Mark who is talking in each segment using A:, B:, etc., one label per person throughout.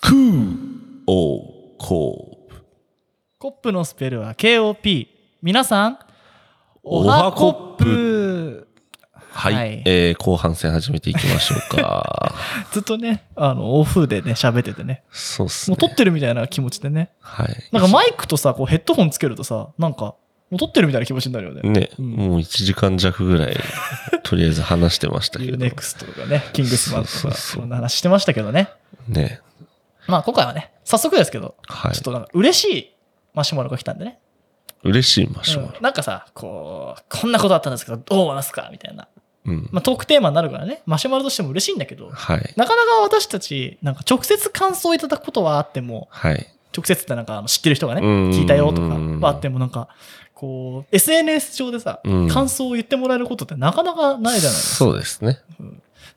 A: クーオーコープ
B: コップのスペルは KOP 皆さん
A: おはコップ
B: プ
A: はい、
B: はい
A: えー後半戦始めていきましょうか
B: ずっとねあの欧風でね喋っててね
A: そうっす
B: もう
A: ね
B: 撮ってるみたいな気持ちでね
A: はい
B: なんかマイクとさこうヘッドホンつけるとさなんかもう撮ってるみたいな気持ちになるよね
A: ね、
B: うん
A: もう1時間弱ぐらいとりあえず話してましたけ
B: u
A: ど
B: n
A: ね
B: e x t とかねキングスマンと
A: そうそう
B: か
A: そう
B: そんな話してましたけどねまあ今回はね早速ですけど
A: はい
B: ちょっとなんか嬉しいマシュマロが来たんでね
A: 嬉しいマシュマロ
B: うんなんかさこうこんなことあったんですけどどう思いますかみたいな、
A: うん、
B: まあ、トークテーマになるからねマシュマロとしても嬉しいんだけど
A: はい
B: なかなか私たち、なんか直接感想をいただくことはあっても、
A: はい
B: 直接ってなんかあの知ってる人がね、
A: うん
B: 聞いたよとかはあっても、なんか、こう、SNS 上でさ、
A: うん
B: 感想を言ってもらえることってなかなかないじゃないですか。
A: そうですね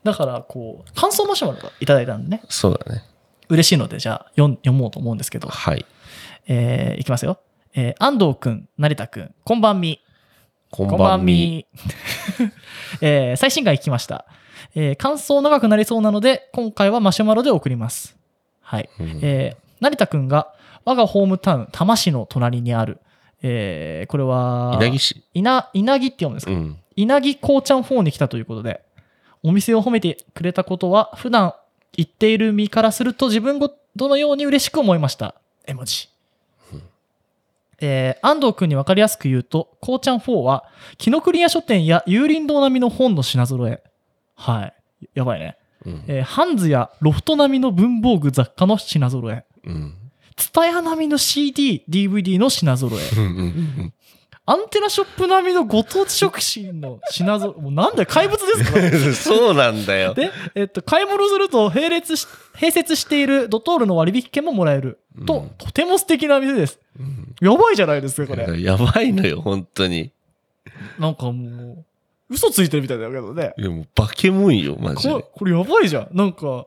B: だから、こう、感想マシュマロがいただいたんでね、
A: そうだね
B: 嬉しいので、じゃあ読ん読もうと思うんですけど、
A: はい
B: えー、いきますよ。えー、安藤くん、成田くん、こんばんみ。
A: こんばんみ。
B: えー最新回聞きました。えー感想長くなりそうなので、今回はマシュマロで送ります。はい。
A: うん
B: えー成田くんが我がホームタウン多摩市の隣にある、えーこれは
A: 稲城市
B: 稲稲城って読むんですか、
A: うん
B: 稲城こうちゃん4に来たということでお店を褒めてくれたことは普段行っている身からすると自分ごどのように嬉しく思いました絵文字、
A: うん
B: えー安藤くんに分かりやすく言うとこうちゃん4は紀ノ国屋書店や有林堂並みの本の品揃えはいやばいね、
A: うん
B: えーハンズやロフト並みの文房具雑貨の品揃え
A: うん
B: ツタヤ並みの CD、DVD の品揃え。
A: うんうんうん
B: アンテナショップ並みのご当地食品の品揃え。もうなんだ よ、怪物ですか
A: そうなん だよ。
B: で、えっと、買い物すると並列し、併設しているドトールの割引券ももらえる。と、
A: うん
B: とても素敵な店です。
A: うん
B: やばいじゃないですか、これ。
A: やばいのよ、本当に。
B: なんかもう、嘘ついてるみたいだけどね。
A: いや、もう化け物よ、マジ
B: こ
A: で。
B: これやばいじゃん。なんか、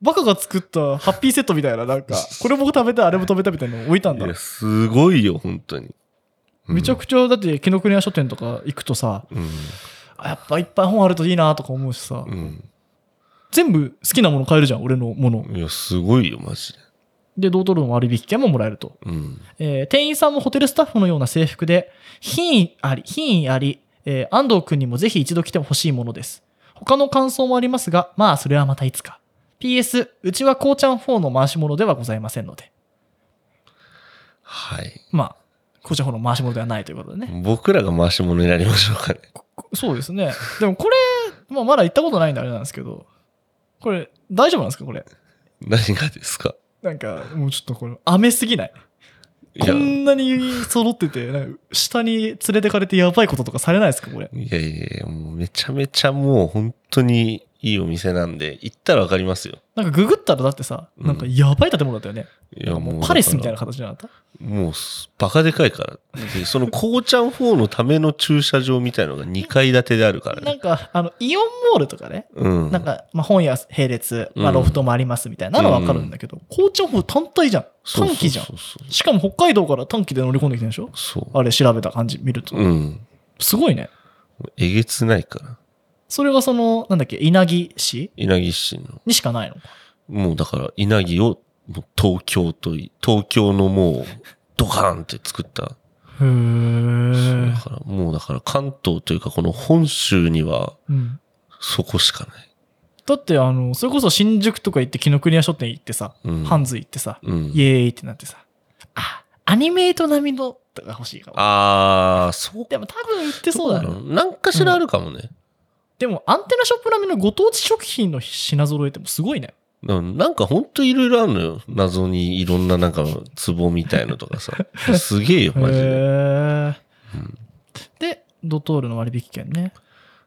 B: バカが作ったハッピーセットみたい な、なんか、これも食べたい、あれも食べたいみたいなの置いたん
A: い
B: だ
A: や、。すごいよ、本当に。
B: めちゃ
A: ち
B: くちゃ、だって、紀ノ国屋書店とか行くとさ、
A: ゃ。うん。
B: あやっぱいっぱい本あるといいなとか思うしさ、
A: うん
B: 全部好きなもの買えるじゃん俺のもの
A: いや、すごいよ、マジで。
B: で同等の割引券ももらえると、
A: うん。
B: えー店員さんもホテルスタッフのような制服で品位あり品位あり、えー安藤君にもぜひ一度来てほしいものです他の感想もありますがまあそれはまたいつか PS うちはこうちゃん4の回し物ではございませんので
A: はい。
B: まあこうちゃん4の回し物ではないということでね、
A: 僕らが回し物になりましょうかね。
B: こそうですねでもこれ、まあ、まだ行ったことないんであれなんですけどこれ大丈夫なんですかこれ
A: 何がですか
B: なんか、もうちょっとこれ、雨すぎない。
A: い
B: こ
A: や、
B: んなに揃ってて、なんか下に連れてかれてやばいこととかされないですか、これ。
A: いやいやいや、もうめちゃめちゃもう本当にいいお店なんで、行ったらわかりますよ。
B: なんかググったらだってさ、
A: うん
B: なんかやばい建物だったよね。
A: いや、もうだから。
B: パレスみたいな形じゃなかった
A: もうす、バカでかいから。でその、こうちゃん4のための駐車場みたいのが2階建てであるから
B: な
A: ね。
B: んか、あの、イオンモールとかね。
A: うん。
B: なんか、まあ、本屋並列、まあ、
A: うん
B: ロフトもありますみたいなのはわかるんだけど、高知本単体じゃん。
A: そう
B: 短期じゃん
A: そ。うそう
B: しかも北海道から短期で乗り込んできてるでしょ
A: そう。そう
B: あれ調べた感じ見ると。
A: うん。
B: すごいね。
A: えげつないから。
B: それがその、なんだっけ、稲城市
A: 稲城市の。
B: にしかないのか。
A: もうだから、稲城をもう東京とい、東京のもう、ドカーンって作った。
B: へ
A: そう
B: ー
A: だ。から、もうだから関東というか、この本州には、
B: うん。
A: そこしかない。
B: だってあのそれこそ新宿とか行って紀ノ国屋書店行ってさ、
A: うん。
B: ハンズ行ってさ、
A: うん
B: イエーイってなってさあアニメート並みのとか欲しいかも
A: あー、そう
B: でも多分売ってそうだ
A: な
B: ろ
A: のなんかしらあるかもね。
B: でもアンテナショップ並みのご当地食品の品揃えってもすごいね
A: ななんかほんといろいろあるのよ。謎にいろんななんか壺みたいのと かさ。すげえよ、
B: へ
A: マジで。
B: え
A: うん
B: でドトールの割引券ね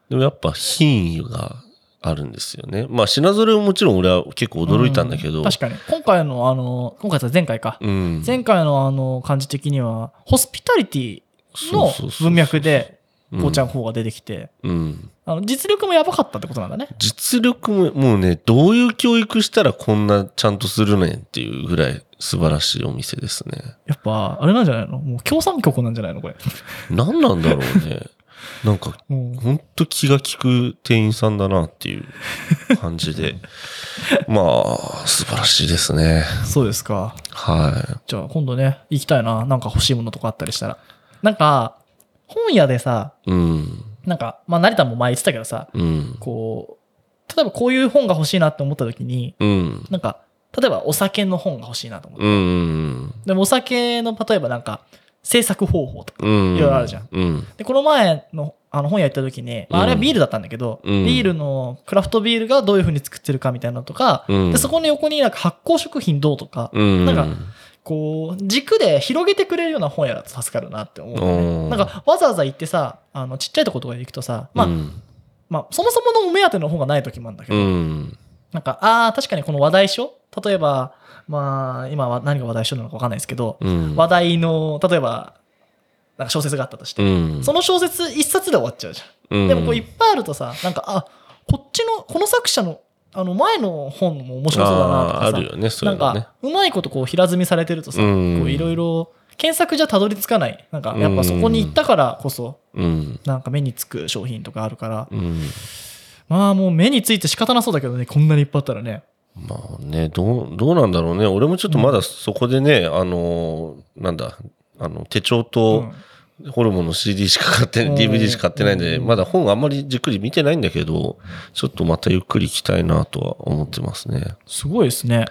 A: でもやっぱ品位があるんですよね。まあ品揃えももちろん俺は結構驚いたんだけど。
B: う確かに今回のあの今回さ前回か、
A: うん。
B: 前回のあの感じ的にはホスピタリティ
A: そう
B: の
A: そうそうそう
B: 文脈でこうちゃ
A: ん。
B: ん方が出てきて、
A: うん。
B: あの実力もやばかったってことなんだね
A: 実力も、もうね、どういう教育したらこんなちゃんとするねんっていうぐらい素晴らしいお店ですね。
B: やっぱ、あれなんじゃないのもう共産局なんじゃないのこれ。
A: 何なんだろうね。 なんか、
B: うん
A: ほんと気が利く店員さんだなっていう感じ で。まあ、素晴らしいですね。
B: そうですか。
A: は
B: じゃあ今度ね、行きたいな。なんか欲しいものとかあったりしたら。なんか、本屋でさ、
A: い。うん。
B: なんか、まあ成田も前言ってたけどさ、
A: うん。
B: こう、例えばこういう本が欲しいなって思った時に、
A: うん。
B: なんか、例えばお酒の本が欲しいなと思って。
A: うん。
B: でもお酒の、例えばなんか、制作方法とか。
A: うん。
B: いろいろあるじゃん。
A: うん。
B: で、この前のあの本屋行った時に、まあ、
A: うん
B: あれはビールだったんだけど、
A: うん
B: ビールの、クラフトビールがどういう風に作ってるかみたいなのとか、
A: うん
B: でそこの横になんか発酵食品どうとか、
A: うん。
B: なんかこう、軸で広げてくれるような本屋だと助かるなって思うのね、
A: おー
B: なんかわざわざ行ってさ、あの、ちっちゃいとことか行くとさ、まあ、
A: うん。
B: まあ、そもそものお目当ての本がない時もあるんだけ
A: う
B: ど、
A: ん。
B: なんか、ああ、確かにこの話題書例えば、まあ、今は何が話題書なのかわかんないですけど、
A: うん。
B: 話題の、例えば、なんか小説があったとして、
A: うん。
B: その小説一冊で終わっちゃうじゃん。でもこういっぱいあるとさ、なんか、あ、こっちの、この作者の、あの前の本も面白そうだなとか
A: あー
B: さ、
A: あるよね、そう
B: ない
A: うんのね
B: か。、うまいことこう平積みされてるとさ、こ
A: うん
B: ういろいろ、検索じゃたどり着かない。なんか、やっぱそこに行ったからこそ、
A: うん。
B: なんか目につく商品とかあるから、
A: うん。
B: まあもう目について仕方なそうだけどね、こんなにいっぱいあったらね。
A: まあね、どう、どうなんだろうね。俺もちょっとまだそこでね、あのー、なんだ、あの、手帳
B: う
A: と
B: ん
A: ホルモンの CD しか買って、
B: うん
A: DVD しか買ってないんで、
B: うん
A: まだ本あんまりじっくり見てないんだけど、ちょっとまたゆっくり行きたいなとは思ってますね。
B: すごいですね。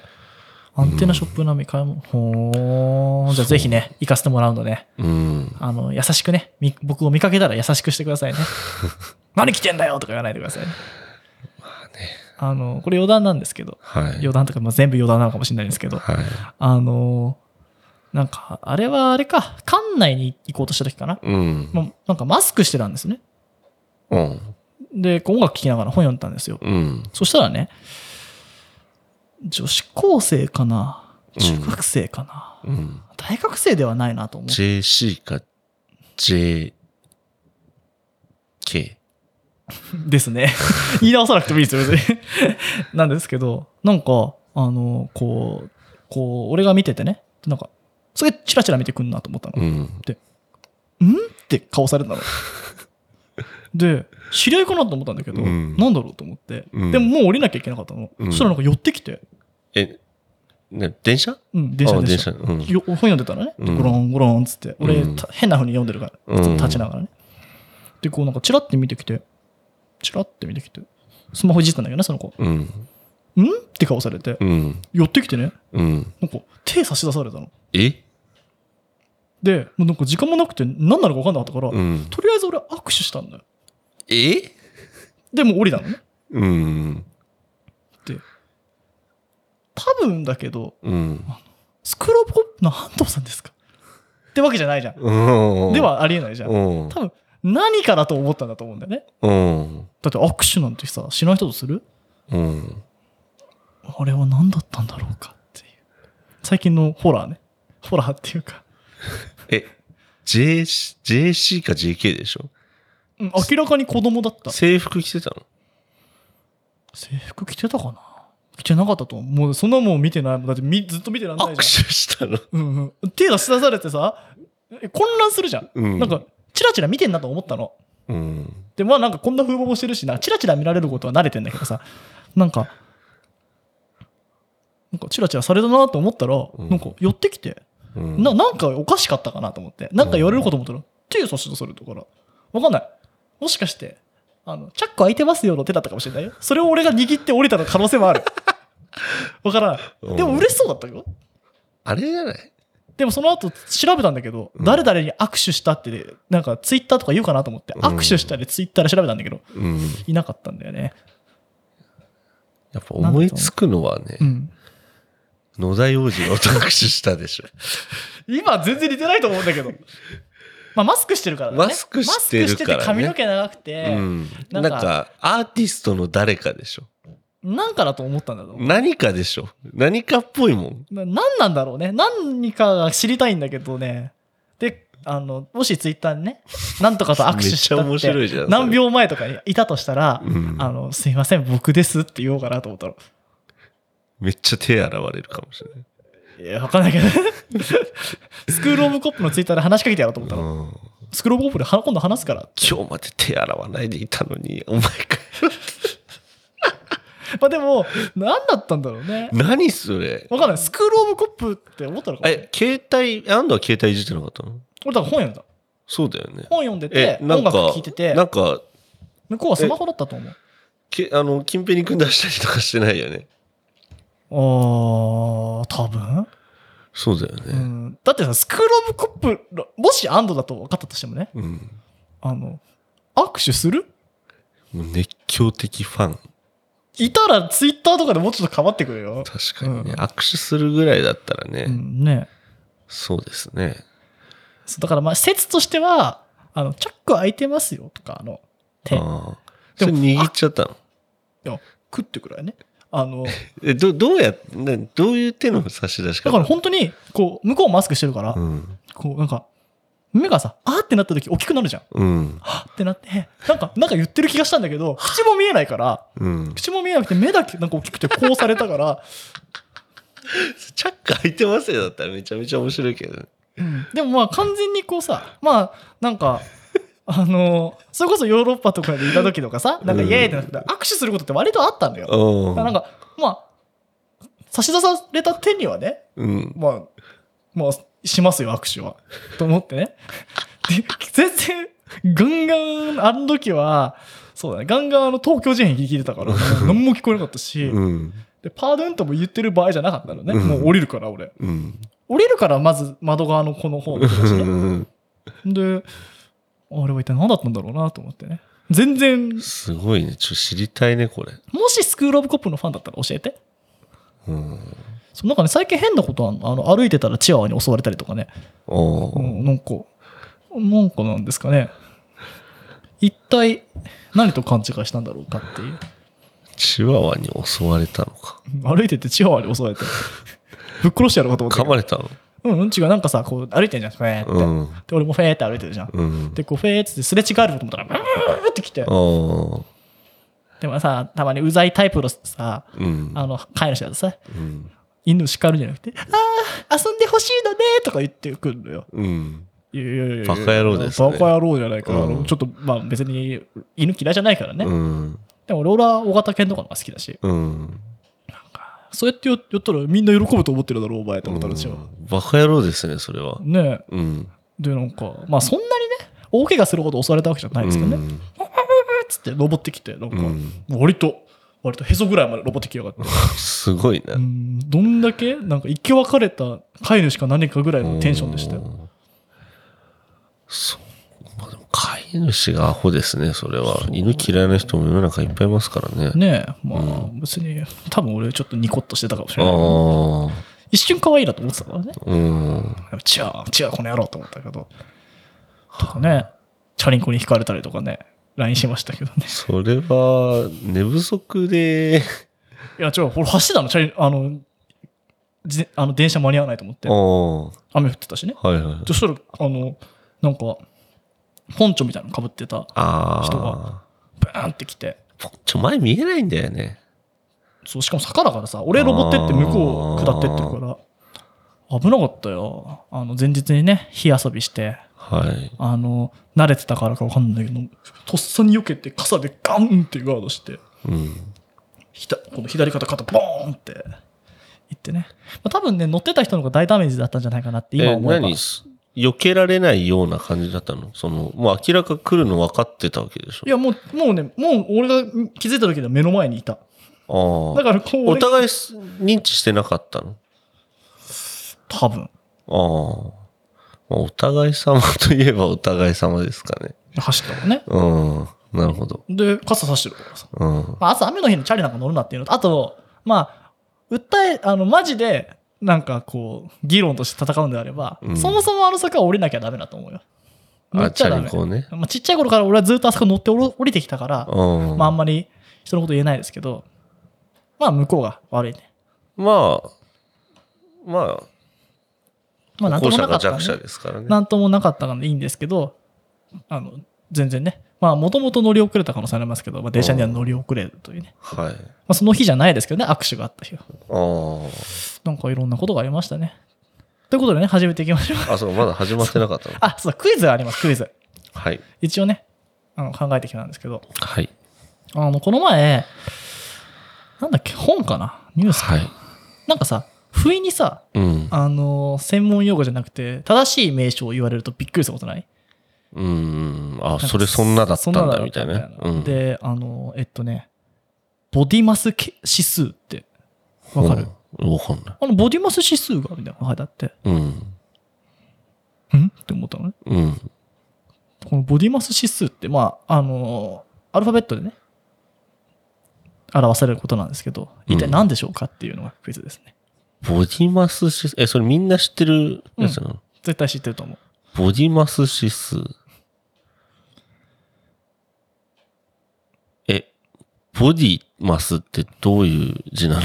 B: アンテナショップ並み買い物。ほーじゃあぜひね、行かせてもらうので、ね、
A: うん。
B: あの、優しくね、み僕を見かけたら優しくしてくだ さいね。何着てんだよとか言わないでくださいね。あの、これ余談なんですけど、
A: はい。
B: 余談とか、まあ、全部余談なのかもしれないんですけど、
A: はい。
B: あの、なんか、あれはあれか、館内に行こうとした時かな。
A: うん。
B: もうなんかマスクしてたんですね。
A: うん。
B: で、こう音楽聴きながら本読んでたんですよ。
A: うん。
B: そしたらね、女子高生かな
A: うん
B: 中学生かな、
A: うん。
B: 大学生ではないなと思う。
A: JC か JK。
B: で すね。言い直さなくてもいいですよ、別に。 なんですけど、なんか、あの、こう、こう、俺が見ててね、なんか、すげえチラチラ見てくんなと思ったの。
A: うん。
B: んって顔された の。で、知り合いかなと思ったんだけど、
A: うん
B: なんだろうと思って、
A: うん
B: でももう降りなきゃいけなかったの。
A: うん
B: そしたらなんか寄ってきて、
A: え、ね、電車
B: うん、電車
A: あ
B: で
A: 電
B: した
A: 車。。うん。
B: よ本読んでたらね、
A: うん
B: ゴロンゴロンっつって、俺、
A: うん
B: た変な風に読んでるから、
A: うん
B: 立ちながらね。で、こうなんかチラって見てきて、チラって見てきて、スマホいじってたんだけどね、その子。ん
A: うん。
B: って顔されて、
A: うん。
B: 寄ってきてね、
A: うん。
B: なんか手差し出されたの。
A: え
B: で、もうなんか時間もなくて何なのか分かんなかったから、
A: うん。
B: とりあえず俺握手したんだよ。
A: え
B: で、もう降りたのね。
A: うん。
B: 多分だけど、
A: うん。
B: スクローポップの安藤さんですかってわけじゃないじゃん。
A: うん。
B: で、はありえないじゃん。
A: うん。
B: 多分、何かだと思ったんだと思うんだよね。
A: うん。
B: だって握手なんてさ、しない人とする
A: うん。
B: あれは何だったんだろうかっていう。最近のホラーね。ホラーっていうか。
A: え、J、JC か JK でしょ
B: うん明らかに子供だった。
A: 制服着てたの
B: 制服着てたかな着てなかったと思う。もうそんなもん見てない。だってみずっと見てらんな
A: 握
B: い
A: 手
B: じ
A: したの
B: ゃん。うんうん。手出し出されてさ、え混乱するじゃん。
A: うん
B: なんか、チラチラ見てんなと思ったの。
A: うん。
B: で、まあなんかこんな風貌もしてるしな、チラチラ見られることは慣れてんだけどさ、なんか、なんかチラチラされたなと思ったら、
A: ん
B: なんか寄ってきて、
A: うん
B: な、なんかおかしかったかなと思って。なんか言われること思ったら、手差し出されたから。わかんない。もしかして、あの、チャック開いてますよの手だったかもしれないよ。それを俺が握って折れたの可能性もある。 わから
A: うん
B: ん。でも嬉しそうだったよ。
A: あれじゃない
B: でもその後調べたんだけど、
A: うん
B: 誰々に握手したって、なんかツイッターとか言うかなと思って、
A: ん
B: 握手したでツイッターで調べたんだけど、
A: うん。
B: いなかったんだよね。
A: やっぱ思いつくのはね
B: う、ん。
A: 野田洋次郎と握手したで しょ。
B: 今全然似てないと思うんだ けど。まあマスクしてるからだね。
A: マスクしてるからね
B: マスクしてて髪の毛長くて、
A: うん。
B: な
A: なんん
B: か
A: か、アーティストの誰かでしょ。
B: なんかだと思ったんだと思う。
A: 何かでしょ。何かっぽいもん。
B: な何なんだろうね何かが知りたいんだけどねであのもしツイッター にねなんとかと握手した
A: めっ
B: っ
A: ちゃ面白いじゃ
B: て
A: ん
B: 何秒前とかにいたとしたら「
A: うん
B: あのすいません僕です」って言おうかなと思ったら
A: めっちゃ手洗われるかもしれない。
B: 「いや分かんないけどスクール・オブ・コップ」のツイッターで話しかけてやろうと思ったの
A: うん
B: スクローボープでは今度話すから。
A: 今日まで手洗わないでいたのに、お前か。
B: まあでも、何だったんだろうね。
A: 何それ
B: わかんない。スクール・オブ・コップって思ったのかも
A: え、携帯、アンドは携帯いじってなかったの
B: 俺だから本読んだ。
A: そうだよね。
B: 本読んで
A: え
B: て、、
A: な
B: 音
A: んか
B: 楽聴いてて
A: な、んか、
B: 向こうはスマホだったと思う。
A: けあの、金平に君出したりとかしてないよね。
B: あー、多分、
A: そうだよ
B: う
A: ね。
B: ん、だってさ、スクール・オブ・コップの、もし安藤だと分かったとしてもね、
A: うん。
B: あの、握手する
A: もう熱狂的ファン。
B: いたらツイッターとかでもうちょっとかまってくれよ。
A: 確かにね、
B: うん
A: 握手するぐらいだったらね、
B: うん、ね
A: そうですね。
B: そうだからまあ、説としては、あの、チャック開いてますよとか、あの、手、
A: ああ。それ握っちゃったの
B: 食ってくらいね。あの、
A: え、ど、どうや、などういう手の差し出し
B: だ
A: 方
B: から本当に、こう、向こうマスクしてるから、
A: うん。
B: こう、なんか、目がさ、あーってなった時大きくなるじゃん。
A: うん。
B: はーってなって、なんか、なんか言ってる気がしたんだけ ど、口も見えないから、
A: うん。
B: 口も見えなくて目だけなんか大きくてこうされたから、
A: チャック開いてますよだったらめちゃめちゃ面白いけどね。
B: うんでもまあ完全にこうさ、まあ、なんか、あのそれこそヨーロッパとかでいた時とかさ、なんかイエーイってなって握手することって割とあったんだよ。
A: う
B: なん
A: ん。
B: か、まあ、差し出された手にはね、
A: うん。
B: まあ、まあ、しますよ、握手は。と思ってね。で、全然、ガンガン、あの時は、そうだね、ガンガンあの東京事変聞いてた から、何も聞こえなかったし、
A: うん。
B: で、パードゥンとも言ってる場合じゃなかったのね。
A: うん
B: もう降りるから、俺。
A: うん。
B: 降りるから、まず窓側のこの方に行くしね。で、あれは一体何だったんだろうなと思ってね。全然、
A: すごいね。ちょっと知りたいね、これ。
B: もしスクールオブコップのファンだったら教えて。
A: うん。
B: そうなんかね、最近変なことあんのあの歩いてたらチワワに襲われたりとかね。
A: お
B: う
A: ー
B: ん、なんか、なんかなんですかね。一体、何と勘違いしたんだろうかっていう。
A: チワワに襲われたのか。
B: 歩いててチワワに襲われて、ぶっ殺してやろうかと思って。
A: 噛まれたの
B: うん、うん、違う。なんかさ、こう歩いてんじゃん、フェーって。
A: うん。
B: で、俺もフェーって歩いてるじゃん。
A: うん。
B: で、こうフェーっつってすれ違えると思ったら、ブーって来て。
A: おー
B: でもさ、たまにうざいタイプのさ、
A: うん。
B: あの、飼い主がさ、
A: うん。
B: 犬叱るんじゃなくて、ああ、遊んでほしいのねとか言ってくるのよ。
A: うん。
B: いやいやいやいや
A: バカ野郎ですね
B: バカ野郎じゃないから、あの
A: うん
B: ちょっと、まあ別に犬嫌いじゃないからね。
A: うん。
B: でも俺俺は尾形犬とかの方が好きだし、
A: うん。
B: そうやって言言ったらみんな喜ぶと思ってるだろう、お前と思ったら違う。
A: バカ野郎ですね、それは。
B: ねえ。
A: うん。
B: で、なんか、まあそんなにね、大怪我するほど襲われたわけじゃないですけどね。
A: ね。
B: つって登ってきて、なんか、
A: うん
B: 割と、割とへそぐらいまで登ってきやがって。
A: すごいな
B: う。んどんだけなんか生き別れた飼い主か何かぐらいのテンションでしたよ。
A: うんそう。まあでも飼い主がアホですね、それは。犬嫌いな人も世の中いっぱいいますからね。
B: ねえ、まあ別に、多分俺ちょっとニコッとしてたかもしれない。
A: ああ。
B: 一瞬可愛いなと思ってたからね。
A: うん。
B: 違う、違う、この野郎と思ったけど。とかね、チャリンコに引かれたりとかね、LINE しましたけどね。
A: それは、寝不足で、
B: いや、違う、俺走ったの、チャリン、あの、じあの電車間に合わないと思って
A: あ、あ。は
B: 雨降ってたしね。
A: いはい。
B: そしたら、あの、なんか、ポンチョみたいなの被ってた、
A: あ
B: 人
A: あ
B: が。バーンって来て、
A: ちょ、前見えないんだよね。
B: そう、しかも坂だからさ、俺登ってって向こう下ってってるから、危なかったよ。あの、前日にね、火遊びして、
A: はい。
B: あの、慣れてたからかわかんないけど、とっさに避けて傘でガンってガードして、
A: うん。
B: ひたこの左肩肩ボーンっていってね。まあ、多分ね、乗ってた人の方が大ダメージだったんじゃないかなって今
A: え、
B: 思えば。
A: 何す避けられないような感じだったのその、もう明らか来るの分かってたわけでしょ
B: いや、もう、もうね、もう俺が気づいた時には目の前にいた。
A: あ
B: だ
A: あ。
B: からこう、
A: お
B: 俺
A: 互いす認知してなかったの
B: 多分。
A: ああ。まあお互い様といえばお互い様ですかね。
B: 走ったもんね。
A: うん。なるほど。
B: で、傘差してるからさ。
A: うん。
B: まあ、朝雨の日にチャリなんか乗るなっていうのと、あと、まあ、訴え、あの、マジで、なんかこう、議論として戦うんであれば、
A: うん
B: そもそもあの坂は降りなきゃダメだと思うよ。乗
A: あ、
B: っち
A: チ
B: ゃ
A: ャ
B: ダ
A: リン
B: メ。
A: コね。
B: まあ、ちっちゃい頃から俺はずっとあそこ乗って降ろ降りてきたから、
A: うん。
B: まあ
A: ま
B: あんまり人のこと言えないですけど、まあ向こうが悪いね。
A: あ、ま
B: まあ
A: あ、
B: なんと
A: 後者
B: もなか
A: が
B: ったん
A: 弱
B: で、
A: 者ですからね。
B: なんともなかったのでいいんですけど、あの、全然ね。まあもともと乗り遅れた可能性ありますけど、まあ電車には乗り遅れるというね。
A: はい。
B: まあその日じゃないですけどね、握手があった日は。
A: あ
B: なんかいろんなことがありましたね。ということでね、始めていきましょう。
A: あ。あ、そう、まだ始まってなかったの。
B: あ、そうだ、クイズがあります、クイズ。
A: はい。
B: 一応ね、あの考えてきたんですけど、
A: はい。
B: あの、この前、なんだっけ、本かなニュースか、
A: はい。
B: なんかさ、不意にさ、
A: うん。
B: あの、専門用語じゃなくて、正しい名称を言われるとびっくりすることない
A: うん。あ、
B: なんか
A: それそんなだったん
B: そ
A: だ、みたい
B: った
A: なね。うん。
B: で、あの、えっとね、ボディマスけ指数って、わかる、
A: うんわかんない。
B: あの、ボディマス指数が、みたいなのが書いてあって、
A: うん。
B: んって思ったのね。
A: うん。
B: このボディマス指数って、まあ、あの、アルファベットでね、表されることなんですけど、一体何でしょうかっていうのがクイズですね。
A: ボディマス指数、え、それみんな知ってるやつなの、
B: 絶対知ってると思う。
A: ボディマス指数。え、ボディマスってどういう字 なの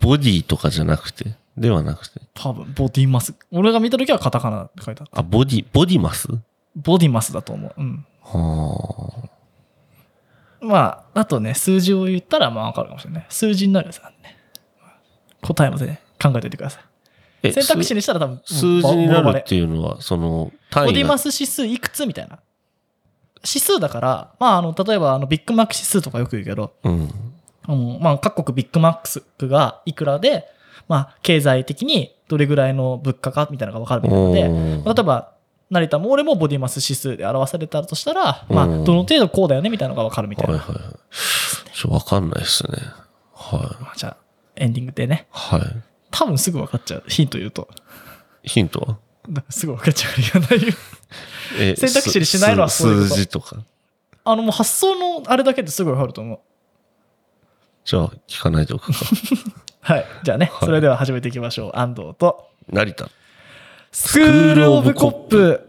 A: ボディとかじゃなくてではなくて。
B: 多分、ボディマス。俺が見た時はカタカナって書いてあった。
A: あ、ボディ、ボディマス
B: ボディマスだと思う。うん。
A: はあ。
B: まあ、あとね、数字を言ったら、まあ、わかるかもしれない。数字になるやつなんでね。答えまで、ね、考えておいてください。
A: え、
B: 選択
A: す
B: 肢にしたら多分、
A: 数字にな
B: ボ
A: るっていうのは、その、単
B: ボデ
A: 位
B: ィ
A: が
B: マ。ス指数いくつみたいな。指数だから、まあ、あの、例えば、あの、ビッグマック指数とかよく言うけど、
A: うん。
B: あのまあ、各国ビッグマックがいくらで、まあ、経済的にどれぐらいの物価かみたいなのが分かるみたいなので、
A: うん
B: 例えば成田も俺もボディマス指数で表されたとしたら、まあ、
A: うん
B: どの程度こうだよねみたいなのが分かるみたい
A: はい
B: な、
A: はいはい。ちょ、わかんないっすね。はい。
B: まあじゃあエンディングでね
A: はい。
B: 多分すぐ分かっちゃうヒント言うと
A: ヒントは
B: すぐ分かっちゃう理由ないよ
A: え
B: 選択肢にしないのは
A: す
B: そういうこと
A: 数字とか。
B: あのもう発想のあれだけですぐ分かると思う
A: じゃあ、聞かないでおくか。
B: はいじゃあね、
A: はい
B: それでは始めていきましょう安藤と
A: 成田。
B: スクールオブコップ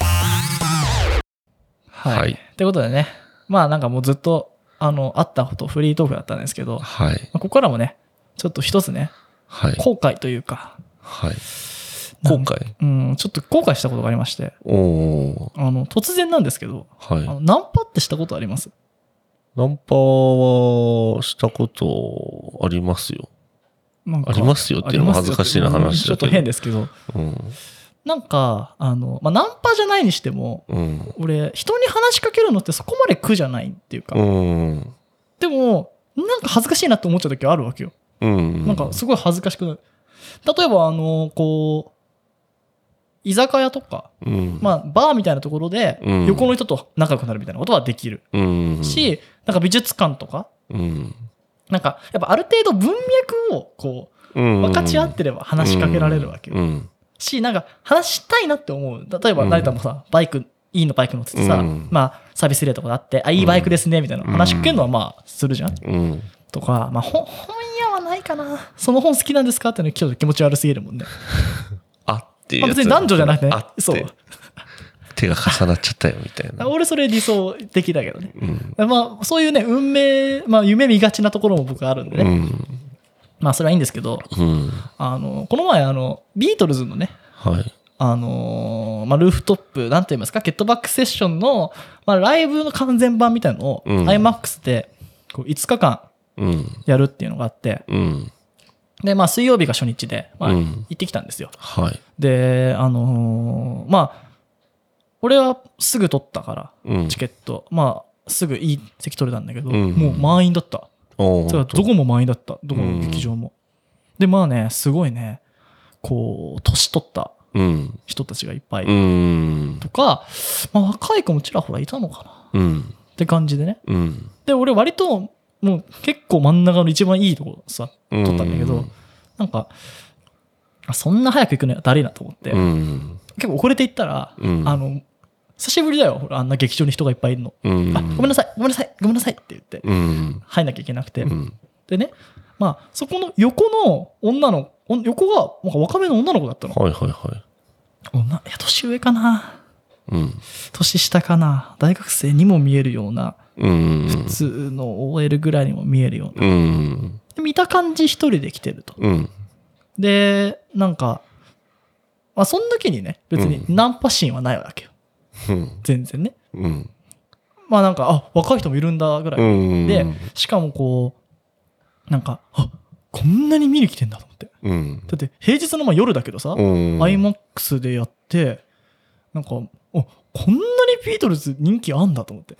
B: はい。
A: はい
B: ってことでね、まあなんかもうずっと、あの、あったこと、フリートークだったんですけど、ま
A: はい。
B: あここからもね、ちょっと一つね、
A: はい。
B: 後悔というか、
A: はい。
B: な
A: 後
B: ん
A: 悔
B: うん、ちょっと後悔したことがありまして、
A: おお
B: あの、突然なんですけど、
A: ー。はい
B: あ。のナンパってしたことあります
A: ナンパはしたことありますよ。
B: なんか
A: ありますよっていうのも恥ずかしいな
B: ありま
A: 話
B: すよ
A: だ
B: っていうのもちょっと
A: けど
B: 変ですけど、
A: うん。
B: なんか、あの、まあ、ナンパじゃないにしても、
A: うん。
B: 俺、人に話しかけるのってそこまで苦じゃないっていうか、
A: うん。
B: でも、なんか恥ずかしいなって思っちゃう時はあるわけよ。
A: うん。
B: なんかすごい恥ずかしくなる。例えば、あの、こう、居酒屋とか、
A: うん。
B: まあ、バーみたいなところで
A: うん、
B: 横の人と仲良くなるみたいなことはできる
A: うん。
B: し、なんか美術館とか、
A: うん。
B: なんか、やっぱある程度文脈を、こう、
A: 分
B: 分かち合ってれば話しかけられるわけよ。
A: うん。
B: し、なんか話したいなって思う。例えば、
A: うん
B: 成田もさ、バイク、いいのバイク乗っててさ、
A: うん
B: まあ、サービスエリアとかであって、あ、いいバイクですね、みたいな
A: うん
B: 話しかけるのはまあ、するじゃん。
A: うん。
B: とか、まあ、本本屋はないかな。その本好きなんですかっていうのちょっと気持ち悪すぎるもんね。
A: あっていう
B: まあ、
A: やつ。
B: 別に男女じゃなくてね
A: あっ。て
B: そう。
A: 手が重なっちゃったよみたいな。
B: 俺それ理想的だけどね。
A: うん。
B: まあそういうね、運命、まあ夢見がちなところも僕あるんで
A: う
B: ね。
A: ん。
B: まあそれはいいんですけど、
A: うん。
B: あの、この前あの、ビートルズのね、
A: はい。
B: あのーまあルーフトップ、なんて言いますか、ゲットバックセッションの、まあライブの完全版みたいのを、
A: うん
B: IMAX でこう5日間
A: うん。
B: やるっていうのがあって、
A: うん。
B: で、まあ水曜日が初日で、まあ
A: うん
B: 行ってきたんですよ。
A: はい。
B: で、あのーまあ、俺はすぐ取ったから、
A: うん。
B: チケット、まあ、すぐいい席取れたんだけど、
A: うん
B: もう満員だった。
A: お
B: それは
A: ー
B: どこも満員だった。どこの劇場も。で、まあね、すごいね、こう、年取った
A: うん。
B: 人たちがいっぱい
A: うん。
B: とか、まあ、若い子もちらほらいたのかな
A: うん。
B: って感じでね。
A: うん。
B: で、俺割と、もう結構真ん中の一番いいとこさ、
A: 取
B: 撮ったんだけどなんか、あそんな早く行くのやだるいなと思って、
A: うん。
B: 結構遅れて行ったら、
A: うん
B: あの、久しぶりだよ、ほらあんな劇場に人がいっぱいいるの。
A: うん。
B: あ、ごめんなさい、ごめんなさい、ごめんなさいって言って、
A: うん。
B: 入んなきゃいけなくて。
A: うん。
B: でね、まあ、そこの横の女の、お横が、なんか若めの女の子だったの。
A: はいはいは。
B: 女、いや、年上かない
A: うん。
B: 年下かな大学生にも見えるような、
A: うん
B: 普。通の OL ぐらいにも見えるような
A: うん。
B: で。見た感じ一人で来てると。
A: うん。
B: で、なんか、まあ、そん時にね、別に
A: う
B: ナンパシーンはないわけよ。
A: うん。
B: 全然ね。
A: うん。
B: まあなんか、あ、若い人もいるんだぐらい。
A: うん。
B: で、しかもこう、なんか、あ、こんなに見に来てんだと思って。
A: うん。
B: だって平日のまあ夜だけどさ、
A: うん。
B: IMAX でやって、なんか、おこんなにビートルズ人気あんだと 思って。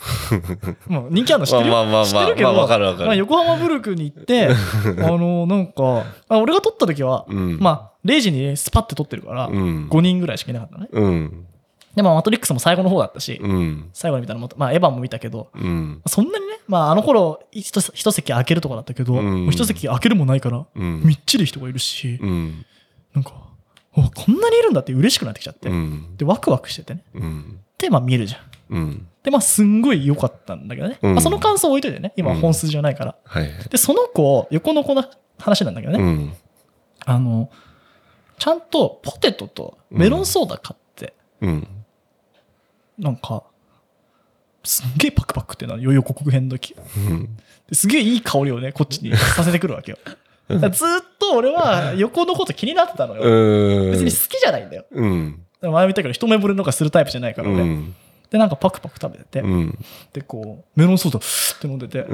B: まあ人気あんの知ってる
A: まあ
B: よ
A: まあまあ
B: 知ってるけど、
A: まあわかるわかる
B: まあ横浜ブルクに行って、 あの、なんか、あ俺が撮った時は、
A: うん。
B: まあ0時にスパって撮ってるから、
A: うん。
B: 5人ぐらいしかいなかったのね。
A: うん。
B: で、まあマトリックスも最後の方だったし、
A: うん。
B: 最後に見たのも、まあエヴァンも見たけど、
A: うん。
B: そんなにね、まああの頃一つ一席空けるとこだったけど、
A: うん
B: もう一席空けるもないから、
A: うん。
B: みっちり人がいるし、
A: うん。
B: なんか、おこんなにいるんだって嬉しくなってきちゃって。
A: うん。
B: で、ワクワクしててね。
A: うん。
B: で、まあ見るじゃん。
A: うん。
B: で、まあすんごい良かったんだけどね。
A: うん
B: まあ、その感想置いといてね。今
A: うん
B: 本筋じゃないから。
A: はい。
B: で、その子、横の子の話なんだけどね。
A: うん。
B: あの、ちゃんとポテトとメロンソーダ買って、
A: うん。
B: なんか、すんげえパクパクってな、予告編の時。ですげえいい香りをね、こっちにさせてくるわけよ。だからずーっと俺は横のこと気になってたのよ。
A: うん。
B: 別に好きじゃないんだよ。
A: うん。
B: でも前も言ったけど、一目惚れとかするタイプじゃないか
A: う
B: ら俺。
A: ん。
B: で、なんかパクパク食べてて、
A: うん。
B: で、こう、メロンソーダ、ふって飲んでて。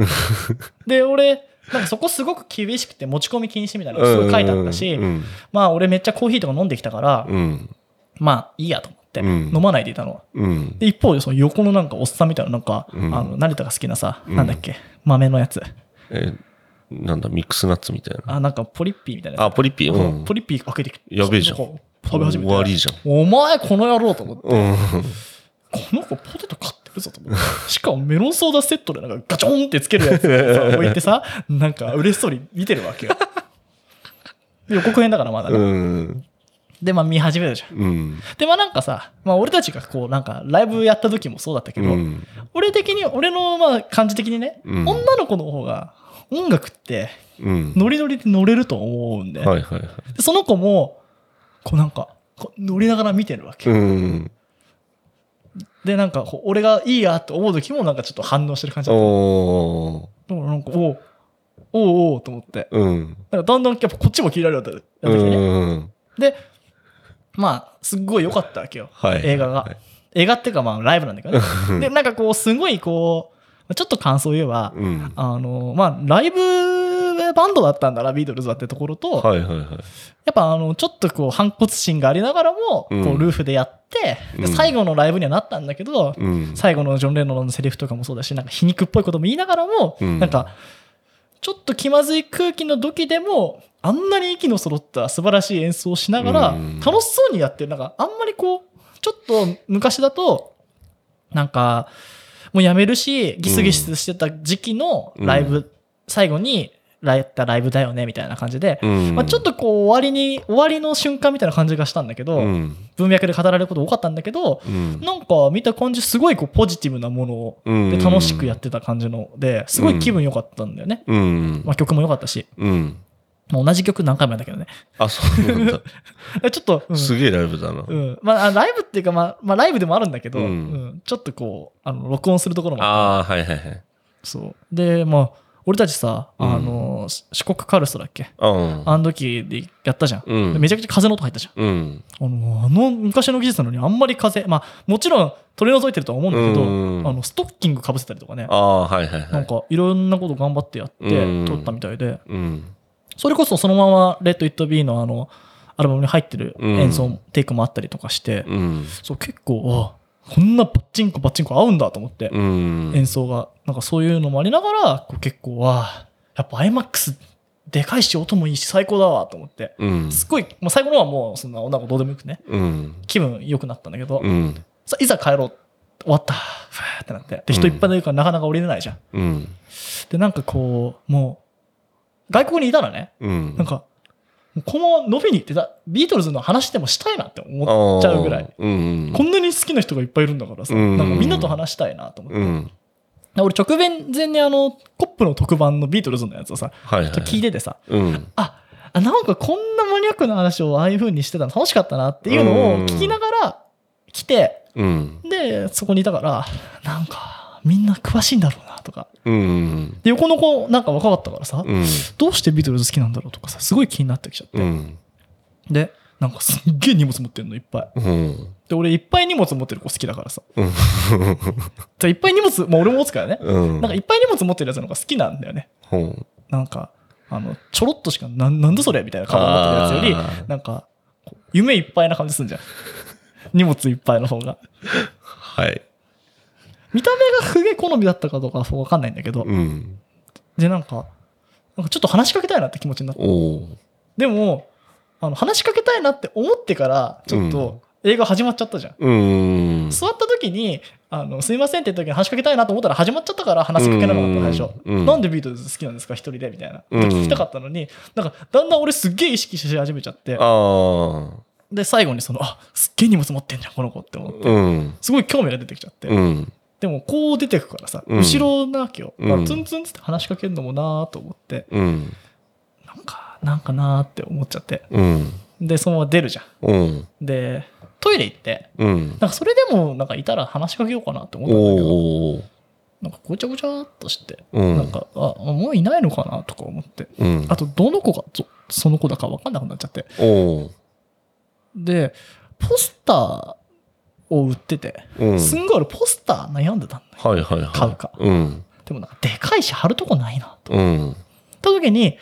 B: で、俺、なんかそこすごく厳しくて持ち込み禁止みたいなのすごい書いてあったし、
A: うん。
B: まあ俺めっちゃコーヒーとか飲んできたから、
A: うん。
B: まあいいやと思って、
A: うん
B: 飲まないでいたのは。
A: うん。
B: で、一方でその横のなんかおっさんみたいな、なんか、
A: うん
B: あの、成田が好きなさ、
A: うん
B: なんだっけ、豆のやつ。
A: え、なんだ、ミックスナッツみたいな。
B: あ、なんかポリッピーみたいなや
A: あ、ポリピ
B: つ。
A: うん。
B: ポリッピー開けてきて。
A: やべえじゃん
B: なんか食べ始めて。
A: 終わりじゃん。
B: お前この野郎と思って。
A: うん。
B: この子ポテト買ってるぞと思って。しかもメロンソーダセットでなんかガチョンってつけるやつ をさ置いてさ、なんか嬉しそうに見てるわけよ。で予告編だからまだね、
A: うん。
B: で、まあ見始めるじゃん。
A: うん。
B: で、まあなんかさ、まあ俺たちがこうなんかライブやった時もそうだったけ
A: う
B: ど、
A: ん。
B: 俺的に、俺のまあ感じ的にね、
A: うん
B: 女の子の方が音楽って
A: うん。
B: ノリノリで乗れると思うんで、
A: はいはいはい。
B: でその子も、こうなんか、こう乗りながら見てるわけ。
A: うん。
B: で、なんかこう、俺がいいやと思う時もなんかちょっと反応してる感じだった
A: おー。
B: だからなんか、おうおうおうと思って。
A: うん。
B: だからだんだんやっぱこっちも気になるようになって
A: う
B: きてね。
A: ん。
B: で、まあ、すっごい良かったわけよ。
A: はい。
B: 映画が。映画っていうかまあライブなんだけどね。で、なんかこう、すごいこう、ちょっと感想を言えば、
A: うん。
B: あの、まあ、ライブバンドだったんだな、ビートルズはってところと、
A: はいはいはい。
B: やっぱあの、ちょっとこう、反骨心がありながらも、
A: うん
B: こう、ルーフでやって、で
A: うん
B: 最後のライブにはなったんだけど、
A: うん。
B: 最後のジョン・レノンのセリフとかもそうだし、なんか皮肉っぽいことも言いながらも、
A: うん
B: なんか、ちょっと気まずい空気の時でも、あんなに息の揃った素晴らしい演奏をしながら
A: うん、
B: 楽しそうにやってる。なんか、あんまりこう、ちょっと昔だと、なんか、もうやめるし、ギスギスしてた時期のライブ、最後に、やったライブだよね、みたいな感じで、
A: うん。
B: まあ、ちょっとこう、終わりに、終わりの瞬間みたいな感じがしたんだけど、
A: うん。
B: 文脈で語られること多かったんだけど、
A: うん。
B: なんか見た感じすごいこうポジティブなものを
A: うん
B: で楽しくやってた感じのですごい気分良かったんだよね、
A: うん。
B: まあ、曲も良かったし
A: うん。
B: まあ同じ曲何回もやったけどね
A: あ、そうなんだ。
B: ちょっと、うん
A: すげえライブだな。
B: うんまああ、ライブっていうか、まあ、まあライブでもあるんだけど、
A: う
B: うんんちょっとこうあの録音するところもあっ
A: ああ、はいはいはい。
B: たそうでまあ俺たちさ、
A: うん
B: あのし四国カルストだっけ
A: うん。
B: あの時でやったじゃん、
A: うん
B: でめちゃくちゃ風の音入ったじゃん
A: うん。
B: あのあの昔の技術なのにあんまり風まあもちろん取り除いてるとは思うんだけど、
A: うん
B: あのストッキングかぶせたりとかね
A: ああ、はいはいは
B: なん
A: い。
B: かいろんなこと頑張ってやって
A: うん
B: 撮ったみたいで、
A: うん。
B: それこそそのまま「レッド・イット・ビー」のあのアルバムに入ってる
A: うん
B: 演奏、テイクもあったりとかして、
A: うん。
B: そう結構あこんなバッチンコバッチンコ合うんだと思って、
A: うん。
B: 演奏がなんかそういうのもありながらこう結構わあやっぱ iMAX でかいし音もいいし最高だわと思って
A: うん。
B: すっごいもう最後のはもうそんな女の子どうでもよくね
A: うん。
B: 気分良くなったんだけど、
A: うん。
B: さいざ帰ろう終わったふわーってなってで人いっぱいでいるからなかなか降りれないじゃん
A: うん。
B: で、なんかこう、もう、外国にいたらね、
A: うん。
B: なんか、このまま飲みに行ってた、ビートルズの話でもしたいなって思っちゃうぐらい。。
A: うん。
B: こんなに好きな人がいっぱいいるんだからさ、
A: うん
B: なんかみんなと話したいなと思って。
A: うん。
B: で俺直前にあの、コップの特番のビートルズのやつをさ、
A: はいはい。
B: ちょっと聞いててさ、
A: うん。
B: あ、あなんかこんなマニアックな話をああいう風にしてたの楽しかったなっていうのを聞きながら来て、
A: うん。
B: で、そこにいたから、なんか、みんな詳しいんだろうなとか。
A: うん。
B: で、横の子なんか若かったからさ、
A: うん。
B: どうしてビートルズ好きなんだろうとかさ、すごい気になってきちゃって。
A: うん。
B: で、なんかすっげえ荷物持ってんの、いっぱ
A: う
B: い。
A: ん。
B: で、俺いっぱい荷物持ってる子好きだからさ。
A: うん。
B: でいっぱい荷物、まあ俺も持つからね。
A: うん。
B: なんかいっぱい荷物持ってるやつの方が好きなんだよね。
A: うん。
B: なんか、あの、ちょろっとしか、なんなんだそれみたいな顔持ってるやつよ
A: あ
B: り、
A: ー
B: なんか、こう夢いっぱいな感じすんじゃん。 荷物いっぱいの方が。
A: はい。
B: 見た目がすげえ好みだったかどうかはそうわかんないんだけど、
A: うん。
B: で、なんか、なんかちょっと話しかけたいなって気持ちになって。
A: おう。
B: でも、あの、話しかけたいなって思ってから、ちょっと映画始まっちゃったじゃん。
A: うん。
B: 座った時に、あの、すいませんって言った時に話しかけたいなと思ったら始まっちゃったから話しかけなかったの最初。
A: うんうん
B: なんでビートルズ好きなんですか一人でみたいな。
A: うん
B: 聞きたかったのに、なんかだんだん俺すっげえ意識し始めちゃって、
A: ああ。
B: で、最後にその、あ、すっげえ荷物持ってんじゃん、この子って思って。
A: うん。
B: すごい興味が出てきちゃって。
A: うん。
B: でもこう出てくからさ、
A: うん
B: 後ろなわけよ。
A: うん
B: まあツンツンつって話しかけるのもなーと思って、
A: うん。
B: なんか、なんかなーって思っちゃって。
A: うん。
B: で、そのまま出るじゃ
A: うん。
B: ん。で、トイレ行って、
A: うん。
B: なんかそれでもなんかいたら話しかけようかなって思ったんだけど、
A: おう。
B: なんかごちゃごちゃっとして、
A: うん
B: なんか、あ、もういないのかなとか思って。
A: うん。
B: あと、どの子がそその子だか分かんなくなっちゃって。
A: おう。
B: で、ポスターを売ってて、
A: うん。
B: すんごい俺ポスター悩んでたんだよ。
A: はいはいはい。
B: 買うか
A: うん。
B: でもなんか、でかいし貼るとこないな。と
A: うん。
B: った時に、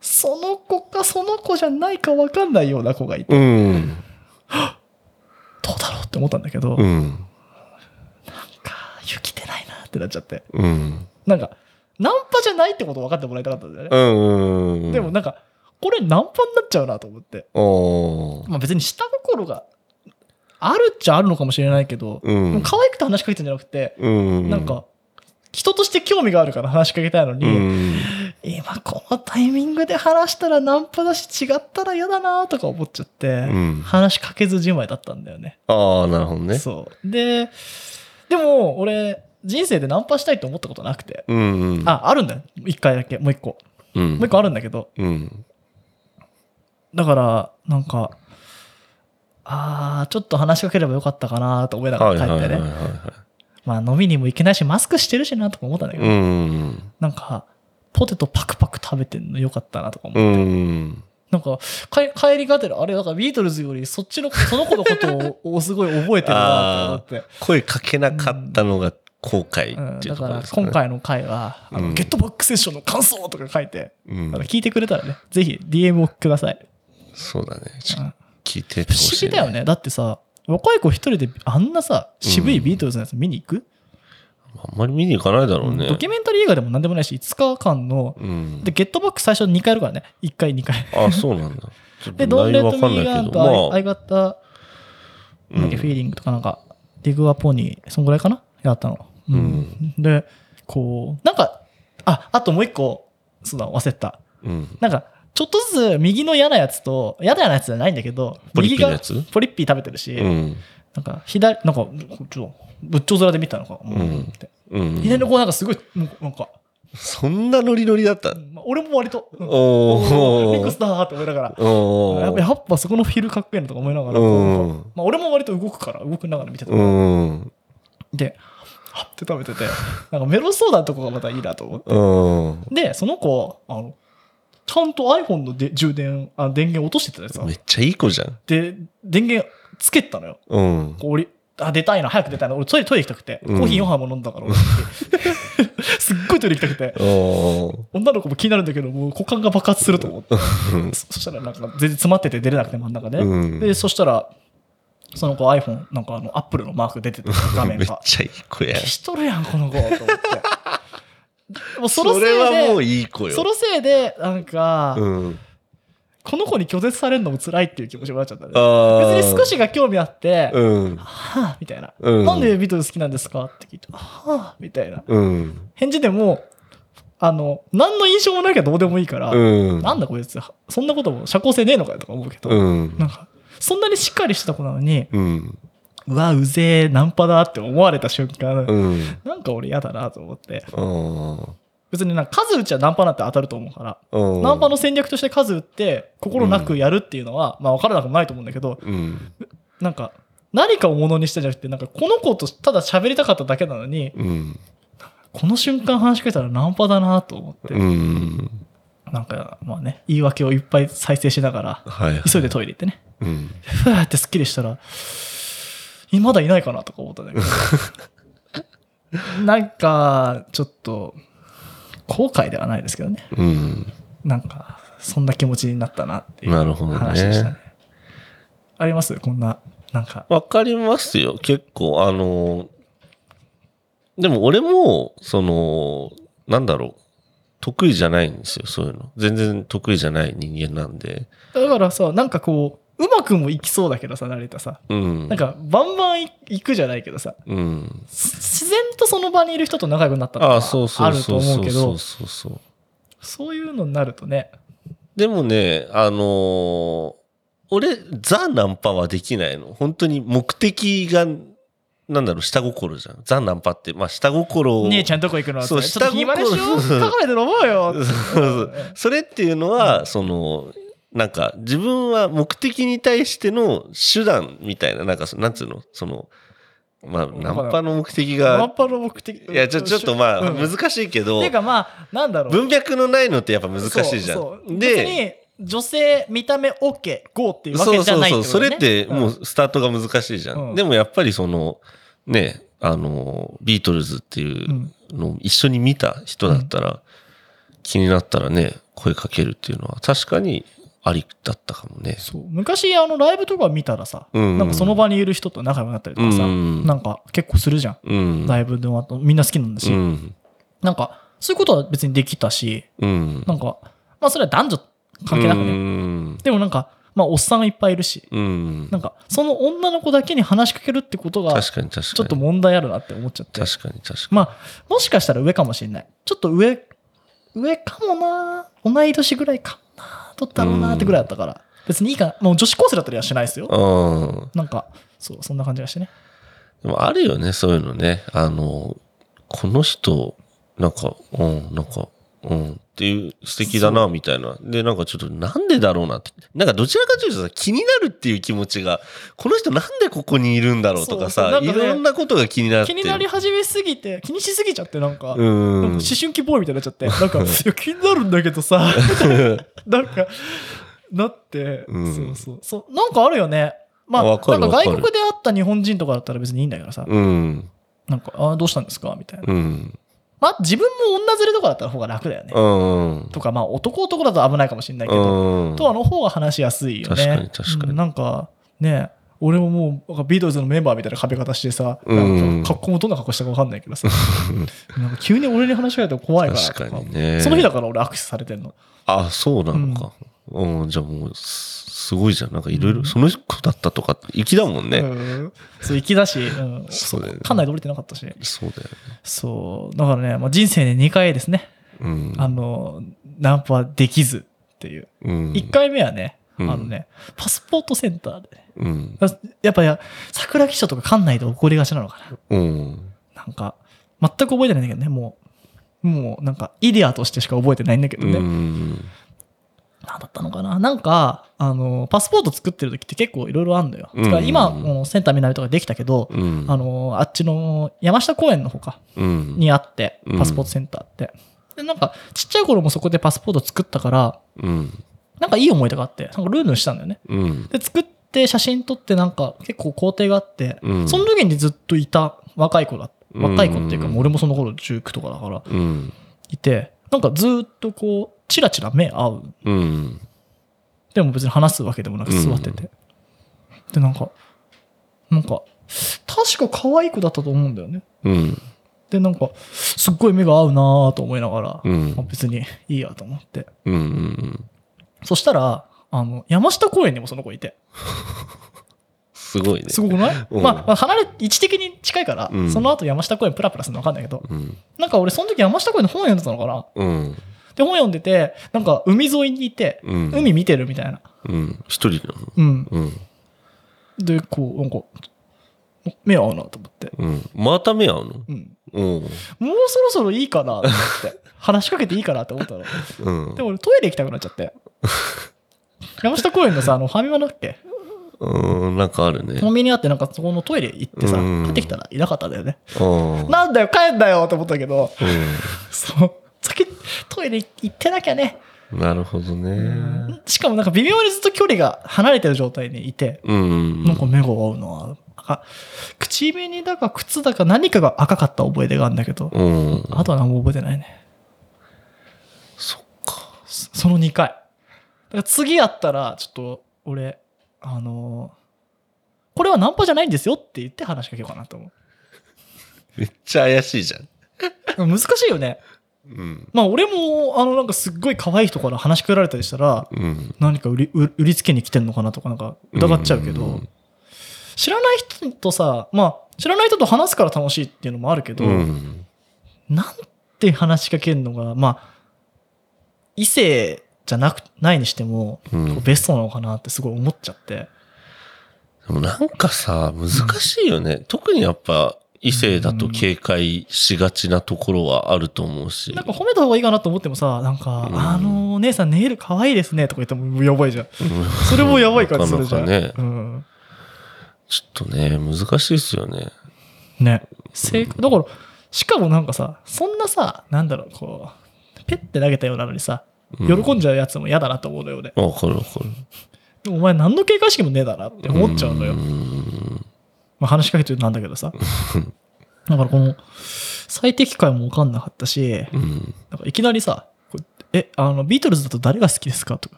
B: その子かその子じゃないか分かんないような子がいて、
A: うん。
B: どうだろうって思ったんだけど、
A: うん。
B: か、雪出ないなってなっちゃって。
A: うん。
B: なんか、ナンパじゃないってこと分かってもらいたかったんだよね。
A: うん。
B: でも、なんか、これナンパになっちゃうなと思って。
A: おう。
B: まあ別に下心があるっちゃあるのかもしれないけど、
A: うん
B: でも可愛くて話しかけてんじゃなくて、
A: うん。
B: なんか、人として興味があるから話しかけたいの
A: う
B: に、
A: ん。
B: 今このタイミングで話したらナンパだし違ったら嫌だなとか思っちゃって、
A: うん
B: 話しかけずじまいだったんだよね。
A: ああ、なるほどね。
B: そう。で、でも俺、人生でナンパしたいと思ったことなくて。
A: うんうん。、
B: あ、あるんだよ。一回だけ。もう一個。
A: うん。
B: もう一個あるんだけど。
A: うん。
B: だから、なんか、あー、ちょっと話しかければよかったかなと思いなが
A: はいは
B: ら
A: いは
B: 帰っ
A: い
B: て
A: はい
B: ね。。まあ飲みにも行けないし、マスクしてるしなとか思ったんだけど、
A: うん。
B: なんか、ポテトパクパク食べてんのよかったなとか思
A: う
B: う。
A: ん。
B: なんか、か帰りがてら、あれ、だからビートルズよりそっちの、その子のことをおすごい覚えてるなと思って。
A: 声かけなかったのが後
B: う
A: 悔
B: ん、
A: っていうと
B: だか
A: ころ
B: ら
A: ですかね。
B: 今回の回は、あの
A: うん
B: ゲットバックセッションの感想とか書いて、
A: うん
B: あの聞いてくれたらね、ぜひ DM をください。
A: そうだね。ちょ
B: うん
A: 聞いてって
B: 不
A: ほ
B: 思
A: しい、
B: 議だよ。ね。だってさ、若い子一人であんなさ、渋いビートルズのやつ見に行く、
A: あんまり見に行かないだろうね。
B: ドキュメンタリー映画でも何でもないし、5日間の、
A: うん。
B: で、ゲットバック最初2回やるからね。1回、2回。
A: あ、そうなんだ。ちょっ
B: で、
A: と
B: ドンレ
A: 内容わ
B: ッド
A: かん
B: ミーガ
A: ない
B: ン
A: け
B: と
A: ど。まあ、
B: I got the
A: うん
B: なんだっけフィーリングとかなんか、ディグアポニー、そんぐらいかなやったの。
A: うん
B: で、こう、なんか、あ、あともう一個、そうだ、忘れてた。
A: うん。
B: なんか、ちょっとずつ右の嫌なやつと、嫌なやつじゃないんだけど、
A: ポリッ
B: 右
A: ピーの
B: が
A: やつ
B: ポリッピー食べてるし、
A: うん。
B: なんか、左、なんか、ちょっと、仏頂面で見たのか、うんって。
A: うん。
B: 左の子なんかすごい、なんか、なんか
A: そんなノリノリだった
B: うんまあ俺も割と、うん
A: お
B: ミック
A: ー
B: スだーって思いながら、
A: お
B: やっぱ
A: ー
B: やっぱそこのフィルかっこいいなとか思いながら、
A: うん
B: こうまあ、俺も割と動くから、動きながら見てた。
A: うん。
B: で、はって食べてて、なんかメロンソーダのとこがまたいいなと思って。
A: うん。
B: で、その子、あの、ちゃんと iPhone ので充電、あ電源落としてたやつ
A: めっちゃいい子じゃん。
B: で、電源つけてたのよ。
A: うん。
B: こう俺、あ、出たいな、早く出たいな。俺トイレ、トイレ行きたくて。コ
A: うん
B: ーヒー4杯も飲んだから、俺 すっごいトイレ行きたくて。
A: おー
B: 女の子も気になるんだけど、もう股間が爆発すると思って。そ そしたらなんか全然詰まってて出れなくて真ん中で。
A: うん
B: で、そしたら、その子 iPhone、なんかあの、Apple のマーク出てて、画 面
A: めっ
B: が。
A: ちゃいい子や。
B: 消しとるやん、この子、と思って。もうその
A: そ
B: せいで、
A: れ
B: そ
A: はもういい子よ。
B: のせいで、なんか、
A: うん。
B: この子に拒絶されるのも辛いっていう気持ちになっちゃったね。別
A: ああ。
B: に少しが興味あって、
A: うん。
B: はあみたいな、
A: うん
B: なんでビートルズ好きなんですかって聞いて、はあみたいな。
A: うん。
B: 返事でも、あの、何の印象もなきゃどうでもいいから、
A: うん。
B: なんだこいつ、そんなことも社交性ねえのかよとか思うけど、
A: うん。
B: なんか、そんなにしっかりしてた子なのに、
A: うん。
B: うわ、うぜえ、ナンパだって思われた瞬間、
A: うん。
B: なんか俺嫌だなと思って。
A: あ
B: 別になんか数打ちはナンパなんて当たると思うから、
A: あ。うん
B: ナンパの戦略として数打って心なくやるっていうのは、まあ分からなくもないと思うんだけど、
A: うん。
B: なんか、何かをものにしたじゃなくて、なんかこの子とただ喋りたかっただけなのに、
A: うん。
B: この瞬間話しかけたらナンパだなと思って、
A: うん。
B: なんかまあね、言い訳をいっぱい再生しながら、
A: はい。
B: 急いでトイレ行ってね、
A: うん。
B: ふわーってスッキリしたら、まだいないかなとか思ったんだけ ど、なんかちょっと、後悔ではないですけどね、
A: うん。
B: なんか、そんな気持ちになったなっていう
A: なるほどね
B: 話でしたね。ありますこんな、なんか。
A: わかりますよ。結構、あの、でも俺も、その、なんだろう。得意じゃないんですよ、そういうの。全然得意じゃない人間なんで。
B: だからさ、なんかこう、うまくもいきそうだけどさ、慣れたさ。
A: うん
B: なん。か、バンバン行くじゃないけどさ、
A: うん。
B: す自然とその場にいる人と仲良くなったと
A: あ
B: か
A: あ、そうそ
B: あ
A: う
B: ると
A: そうそ
B: 思
A: う
B: うけ
A: そ
B: ど
A: う、そうそう。
B: そういうのになるとね、
A: でもね、あのー俺、ザ・ナンパはできないの。本当に目的が、なんだろう、下心じゃん。ザ・ナンパって、まあ、下心を。
B: 姉ちゃんどこ行くのって、ちょ
A: そう
B: っと暇でしょ
A: 下心
B: 書かれて飲もう よ
A: そうそうそれっていうのは、そのなんか自分は目的に対しての手段みたいななんかそのなんつうのそのまあ
B: ん
A: ナンパの目的
B: マッ
A: が
B: パの目的。
A: いやちょちょっとまあ
B: うん
A: 難しいけど、
B: ていうかまあ、なんだろう。
A: 文脈のないのってやっぱ難しいじゃ。
B: そうそうん別
A: で
B: に女性見た目 OK、GO っていうわ
A: そ
B: け
A: う
B: じゃ
A: そう
B: ない
A: そうそれっても
B: うん
A: うスタートが難しいじゃん。
B: うん
A: でもやっぱりそのねあのビートルズっていう、
B: うん
A: のを一緒に見た人だったら、気になったらね声かけるっていうのは確かにありだったかもね。
B: そう昔あのライブとか見たらさ、
A: うん
B: なんかその場にいる人と仲良くなったりとかさ、
A: うん
B: なんか結構するじゃん、
A: うん。
B: ライブの後みんな好きなんだし、
A: うん。
B: なんかそういうことは別にできたし
A: うん。
B: なんかまあそれは男女関係なくね、
A: うん。
B: でもなんかまあおっさんがいっぱいいるし
A: うん
B: なんかその女の子だけに話しかけるってことがち
A: 確かに確かに。
B: ょっと問題あるなって思っちゃって
A: 確かに確かに。
B: まあ、もしかしたら上かもしれない。ちょっと上、上かもな同い年ぐらいかもなどっだろうなってぐらいだったから。別にいいかな。もう女子高生だったりはしないですよ。
A: うん。
B: なんか、そう、そんな感じがしてね。
A: でもあるよね、そういうのね。あの、この人、なんか、うん、なんか、うん、っていう素敵だな、みたいな。で、なんかちょっと、なんでだろうなって。なんかどちらかというとさ、気になるっていう気持ちが、この人なんでここにいるんだろうとかさ、
B: そうそうなん
A: い
B: かね
A: ろんなことが気になって
B: 気
A: る。
B: になり始めすぎて、気にしすぎちゃって、なんか、
A: う
B: なんか
A: ん
B: 思。春期ボーイみたいになっちゃって、な んか、いや、気になるんだけどさ、なんか、なって、
A: うん
B: そうそうそう。なんかあるよね。まあ、なん
A: わ
B: か
A: かるわか
B: 外
A: る
B: 国で会った日本人とかだったら別にいいんだけどさ、
A: うん。
B: なんか、あーどうしたんですかみたいな。
A: うん。
B: まあ、自分も女連れとかだったら方が楽だよね。
A: うん。
B: とか、まあ、男男だと危ないかもしれないけど、
A: うん。
B: とあの方が話しやすいよね。
A: 確かに確かに
B: うんなんか、ね、俺ももう、なんかビートルズのメンバーみたいな髪型してさ、
A: うん
B: なんか格好もどんな格好したか分かんないけどさ、なんか急に俺に話しかけたら怖いからと
A: 確かにね
B: その日だから俺握手されてんの。
A: あ、そうなのか。うん、じゃあもうす、すごいじゃん。なんかいろいろ、その子だったとかって、粋だもんね。
B: うんそう、粋だし、うん、
A: そうだよね
B: かなり折れてなかったし。
A: そうだよね。
B: そう、だからね、まあ、人生で2回ですね、
A: うん。
B: あの、ナンパできずっていう。
A: うん。
B: 1回目はね、
A: うん
B: あのね、パスポートセンターでね、
A: うん。
B: あやっぱや、桜木町とか館内で起こりがちなのか
A: う
B: な。
A: ん。
B: なんか、全く覚えてないんだけどね、もう、もうなんか、イデアとしてしか覚えてないんだけど
A: う
B: ね。
A: ん。
B: なんだったのかななんか、あの、パスポート作ってる時って結構いろいろあるのよ。
A: うん
B: だから今、もうセンター見なりとかできたけど、
A: うん。
B: あの、あっちの山下公園のほか
A: うん。
B: にあって
A: う、ん
B: パスポートセンターって。で、なんか、ちっちゃい頃もそこでパスポート作ったから、
A: うん。
B: なんかいい思い出があって、なんかルールンしたんだよね。
A: うん。
B: で、作って写真撮ってなんか結構工程があって、
A: うん
B: その時にずっといた若い子だ。若い子っていうか、
A: うん
B: もう俺もその頃19とかだから、
A: うん。
B: いて、なんかずっとこう、チラチラ目合う。
A: うん。
B: でも別に話すわけでもなく
A: うん
B: 座ってて。で、なんか、なんか、確か可愛い子だったと思うんだよね。
A: うん。
B: で、なんか、すっごい目が合うなぁと思いながら、
A: うん
B: まあ別にいいやと思って。
A: うん。
B: そしたら、あの、山下公園にもその子いて。
A: すごいね。
B: すごくない、
A: うん
B: まあ、まあ離れ、位置的に近いから、
A: うん
B: その後山下公園プラプラするの分かんないけど、
A: うん。
B: なんか俺その時山下公園の本読んでたのかな
A: うん。
B: で、本読んでて、なんか海沿いにいて、
A: うん
B: 海見てるみたいな。
A: うん。一人なの
B: うん。
A: うん。
B: で、こう、なんか、目合うなと思って。
A: うん。また目合うの
B: うん。
A: うん。
B: もうそろそろいいかなと思って。 話しかけていいかなって思ったの。
A: うん
B: で、。俺トイレ行きたくなっちゃって。山下公園のさ、あの、ファミマだっけ
A: うん、なんかあるね。
B: コンビニあってなんかそこのトイレ行ってさ、
A: うん
B: 帰ってきたらいなかったんだよね。
A: うん。
B: なんだよ、帰んだよと思ったけど、
A: う
B: そう、先、トイレ行ってなきゃね。
A: ん。なるほどね。
B: しかもなんか微妙にずっと距離が離れてる状態にいて、
A: うん。
B: なんか目が合うな赤口紅だか靴だか何かが赤かった覚え出があるんだけど、
A: うん。
B: あとは何も覚えてないね。
A: そっか。
B: そその2回。だから次やったら、ちょっと俺、あのーこれはナンパじゃないんですよって言って話しかけようかなと思う。
A: めっちゃ怪しいじゃん。
B: でも難しいよね。
A: うん。
B: まあ俺も、あのなんかすっごい可愛い人から話しかけられたりしたら、
A: うん。
B: 何か売り売売りつけに来てんのかなとかなんか疑っちゃうけど、
A: うん
B: 知らない人とさ、まあ知らない人と話すから楽しいっていうのもあるけど、
A: うん。
B: なんて話しかけるのが、まあ、異性じゃなく、ないにしても、
A: うん
B: こうベストなのかなってすごい思っちゃって。
A: でもなんかさ、難しいよね。特にやっぱ、異性だと警戒しがちなところはあると思うし。
B: なんか褒めた方がいいかなと思ってもさ、なんか、
A: うん
B: あのお姉さんネイル可愛いですねとか言ってもやばいじゃ ん。
A: うん
B: それもやばい感じするじゃん。
A: なかなかね
B: うん、
A: ちょっとね、難しいですよね。
B: ね。正解。だから、しかもなんかさ、そんなさ、なんだろう、こう、ペッて投げたようなのにさ、
A: う
B: 喜んじゃうやつも嫌だなと思うのよ、俺。
A: わかるわかる。
B: でもお前何の警戒意識もねえだなって思っちゃうのよ。
A: ん
B: まあ、話しかけてるなんだ けどさ。だからこの、最適解も分かんなかったし、
A: うん。
B: なんかいきなりさ、こうえ、あの、ビートルズだと誰が好きですかとか、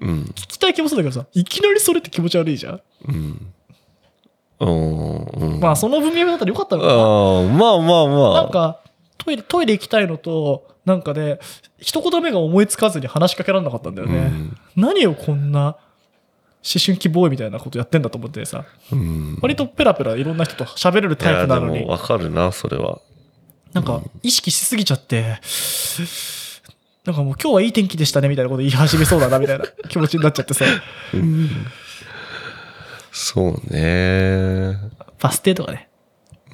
A: うん。
B: 聞きたい気もするんだけどさ、いきなりそれって気持ち悪いじゃん。
A: うん。うん。うん
B: まあ、その文脈だったらよかったのか
A: あーまあまあま
B: な。
A: あ。
B: なんか、トイレ、トイレ行きたいのと、なんかね、一言目が思いつかずに話しかけられなかったんだよね。何をこんな、思春期ボーイみたいなことやってんだと思ってさ、
A: うん、うん。
B: 割とペラペラいろんな人と喋れる
A: い
B: タイ
A: や
B: プ
A: で
B: なの
A: も
B: に。
A: わかるな、それは。
B: なんか意識しすぎちゃって、なんかもう今日はいい天気でしたねみたいなこと言い始めそうだなみたいな気持ちになっちゃってさ、
A: そうね。
B: バス停とかね。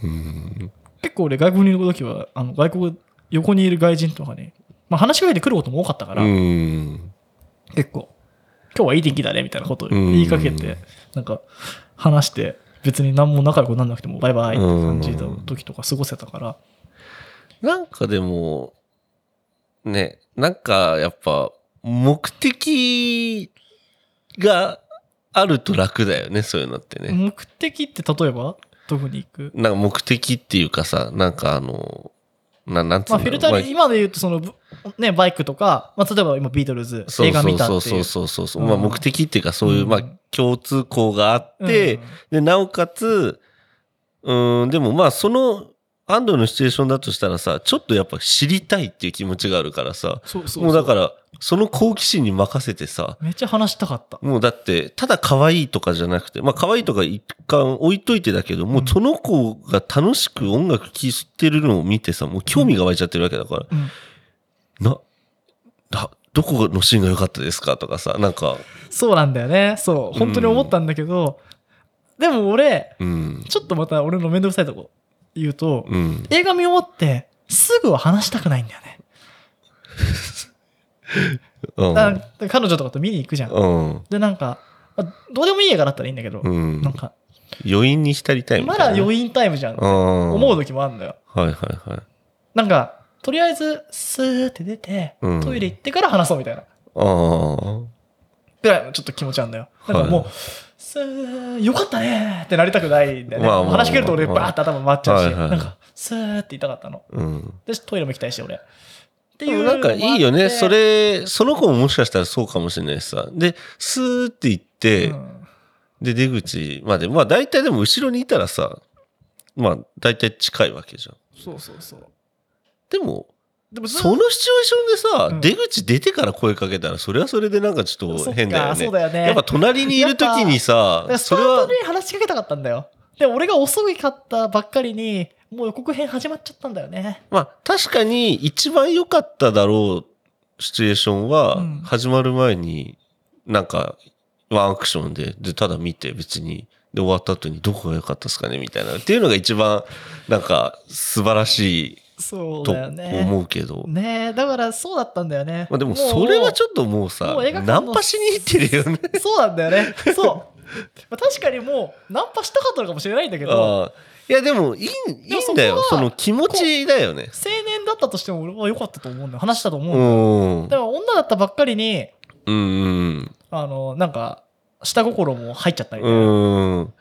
A: うん。
B: 結構俺外国にいる時は、あの外国、横にいる外人とかね、まあ話しかけてくることも多かったから、
A: うん。
B: 結構、今日はいい天気だねみたいなことを言いかけ
A: うん
B: て、なんか話して、別に何も仲良くならなくてもバイバイって感じ
A: う
B: の
A: ん
B: 時とか過ごせたから、
A: なんかでも、ね、なんかやっぱ目的があると楽だよね、そういうのってね。
B: 目的って例えばどこに行く
A: なんか目的っていうかさ、なんかあの、ななんつう
B: まあ、
A: の
B: フィルターに、今で言うとその、ぶね、バイクとか、まあ、例えば今ビートルズ映画見たってい
A: そううそうそうそうそう、
B: うん
A: まあ目的っていうかそういう、
B: うん
A: まあ共通項があって、でなおかつうーんでもまあその安藤のシチュエーションだとしたらさちょっとやっぱ知りたいっていう気持ちがあるからさ
B: そう
A: もうだからその好奇心に任せてさ
B: らめっちゃ話したかった
A: もうだってただ可愛いとかじゃなくてまあ可愛いとか一貫置いといてだけども
B: うん
A: うその子が楽しく音楽聴いてるのを見てさもう興味が湧いちゃってるわけだから、
B: うん
A: なだどこのシーンが良かったですかとかさなんか
B: そうなんだよねそう本当に思ったんだけど、でも俺
A: うん
B: ちょっとまた俺の面倒くさいとこ言うと、
A: うん
B: 映画見終わってすぐは話したくないんだよね、
A: う
B: だ
A: ん
B: から彼女とかと見に行くじゃん、
A: うん
B: でなんか、まあどうでもいい映画だったらいいんだけど、
A: うん
B: なんか
A: 余韻に浸りたいみた
B: ま
A: いな
B: だ余韻タイムじゃん、思
A: 思
B: う時もあるんだよ
A: はいはいはい。
B: なんかとりあえずスーって出て、
A: うん
B: トイレ行ってから話そうみたいな
A: あ
B: ぐらいのちょっと気持ちなんだよ。なんかもう、
A: は
B: すーよかったねーってなりたくないんだよね。
A: まあまあ
B: 話しかけると俺バーって頭回っちゃうし、
A: はいはい
B: なんか、スーって言いたかったの。
A: あ。うん。
B: で、トイレも行きたいし、俺。ってい
A: で
B: う
A: も
B: のも
A: な
B: あっ
A: ん
B: て。
A: かいいよね。それ、その子ももしかしたらそうかもしれないしさ。で、スーって行っ
B: うん、
A: て、で、出口まで。まあ大体でも後ろにいたらさ、まあ大体近いわけじゃん。
B: そうそうそう。
A: でも、
B: でもずっ
A: そのシチュエーションでさ、
B: うん
A: 出口出てから声かけたら、それはそれでなんかちょっ
B: そ
A: と
B: っ
A: 変だよ
B: か
A: ね
B: そう。だよね。
A: やっぱ隣にいる時にさ
B: だか、らス
A: そ
B: ター
A: れ
B: ト
A: は
B: で、話しかけたかったんだよ。で、俺が遅かったばっかりに、もう予告編始まっちゃったんだよね。
A: まあ確かに一番良かっただろうシチュエーションは
B: うん
A: 始まる前になんかワンアクションで、で、ただ見て別に、で終わった後にどこが良かったですかねみたいな。っていうのが一番なんか素晴らし
B: そ
A: いうと
B: だよね。
A: 思うけど。
B: ねえだからそうだったんだよね。
A: まあでもそれはち
B: ょっと
A: ょっともうさ
B: もう映画、館
A: ナ
B: の
A: ンパしに行ってるよね。
B: そうなんだよね。そう。まあ確かにもう、ナンパしたかったのかもしれないんだけど、
A: ああいやでもいいい
B: でも
A: いんだよ
B: そ
A: そ
B: こは
A: の気持ちだよね
B: 青年だったとしても俺は良かったと思うんだよ。話したと思うん
A: う
B: だよ。
A: ん
B: でも女だったばっかりに、
A: うん
B: あの、なんか、下心も入っちゃったりね、
A: うん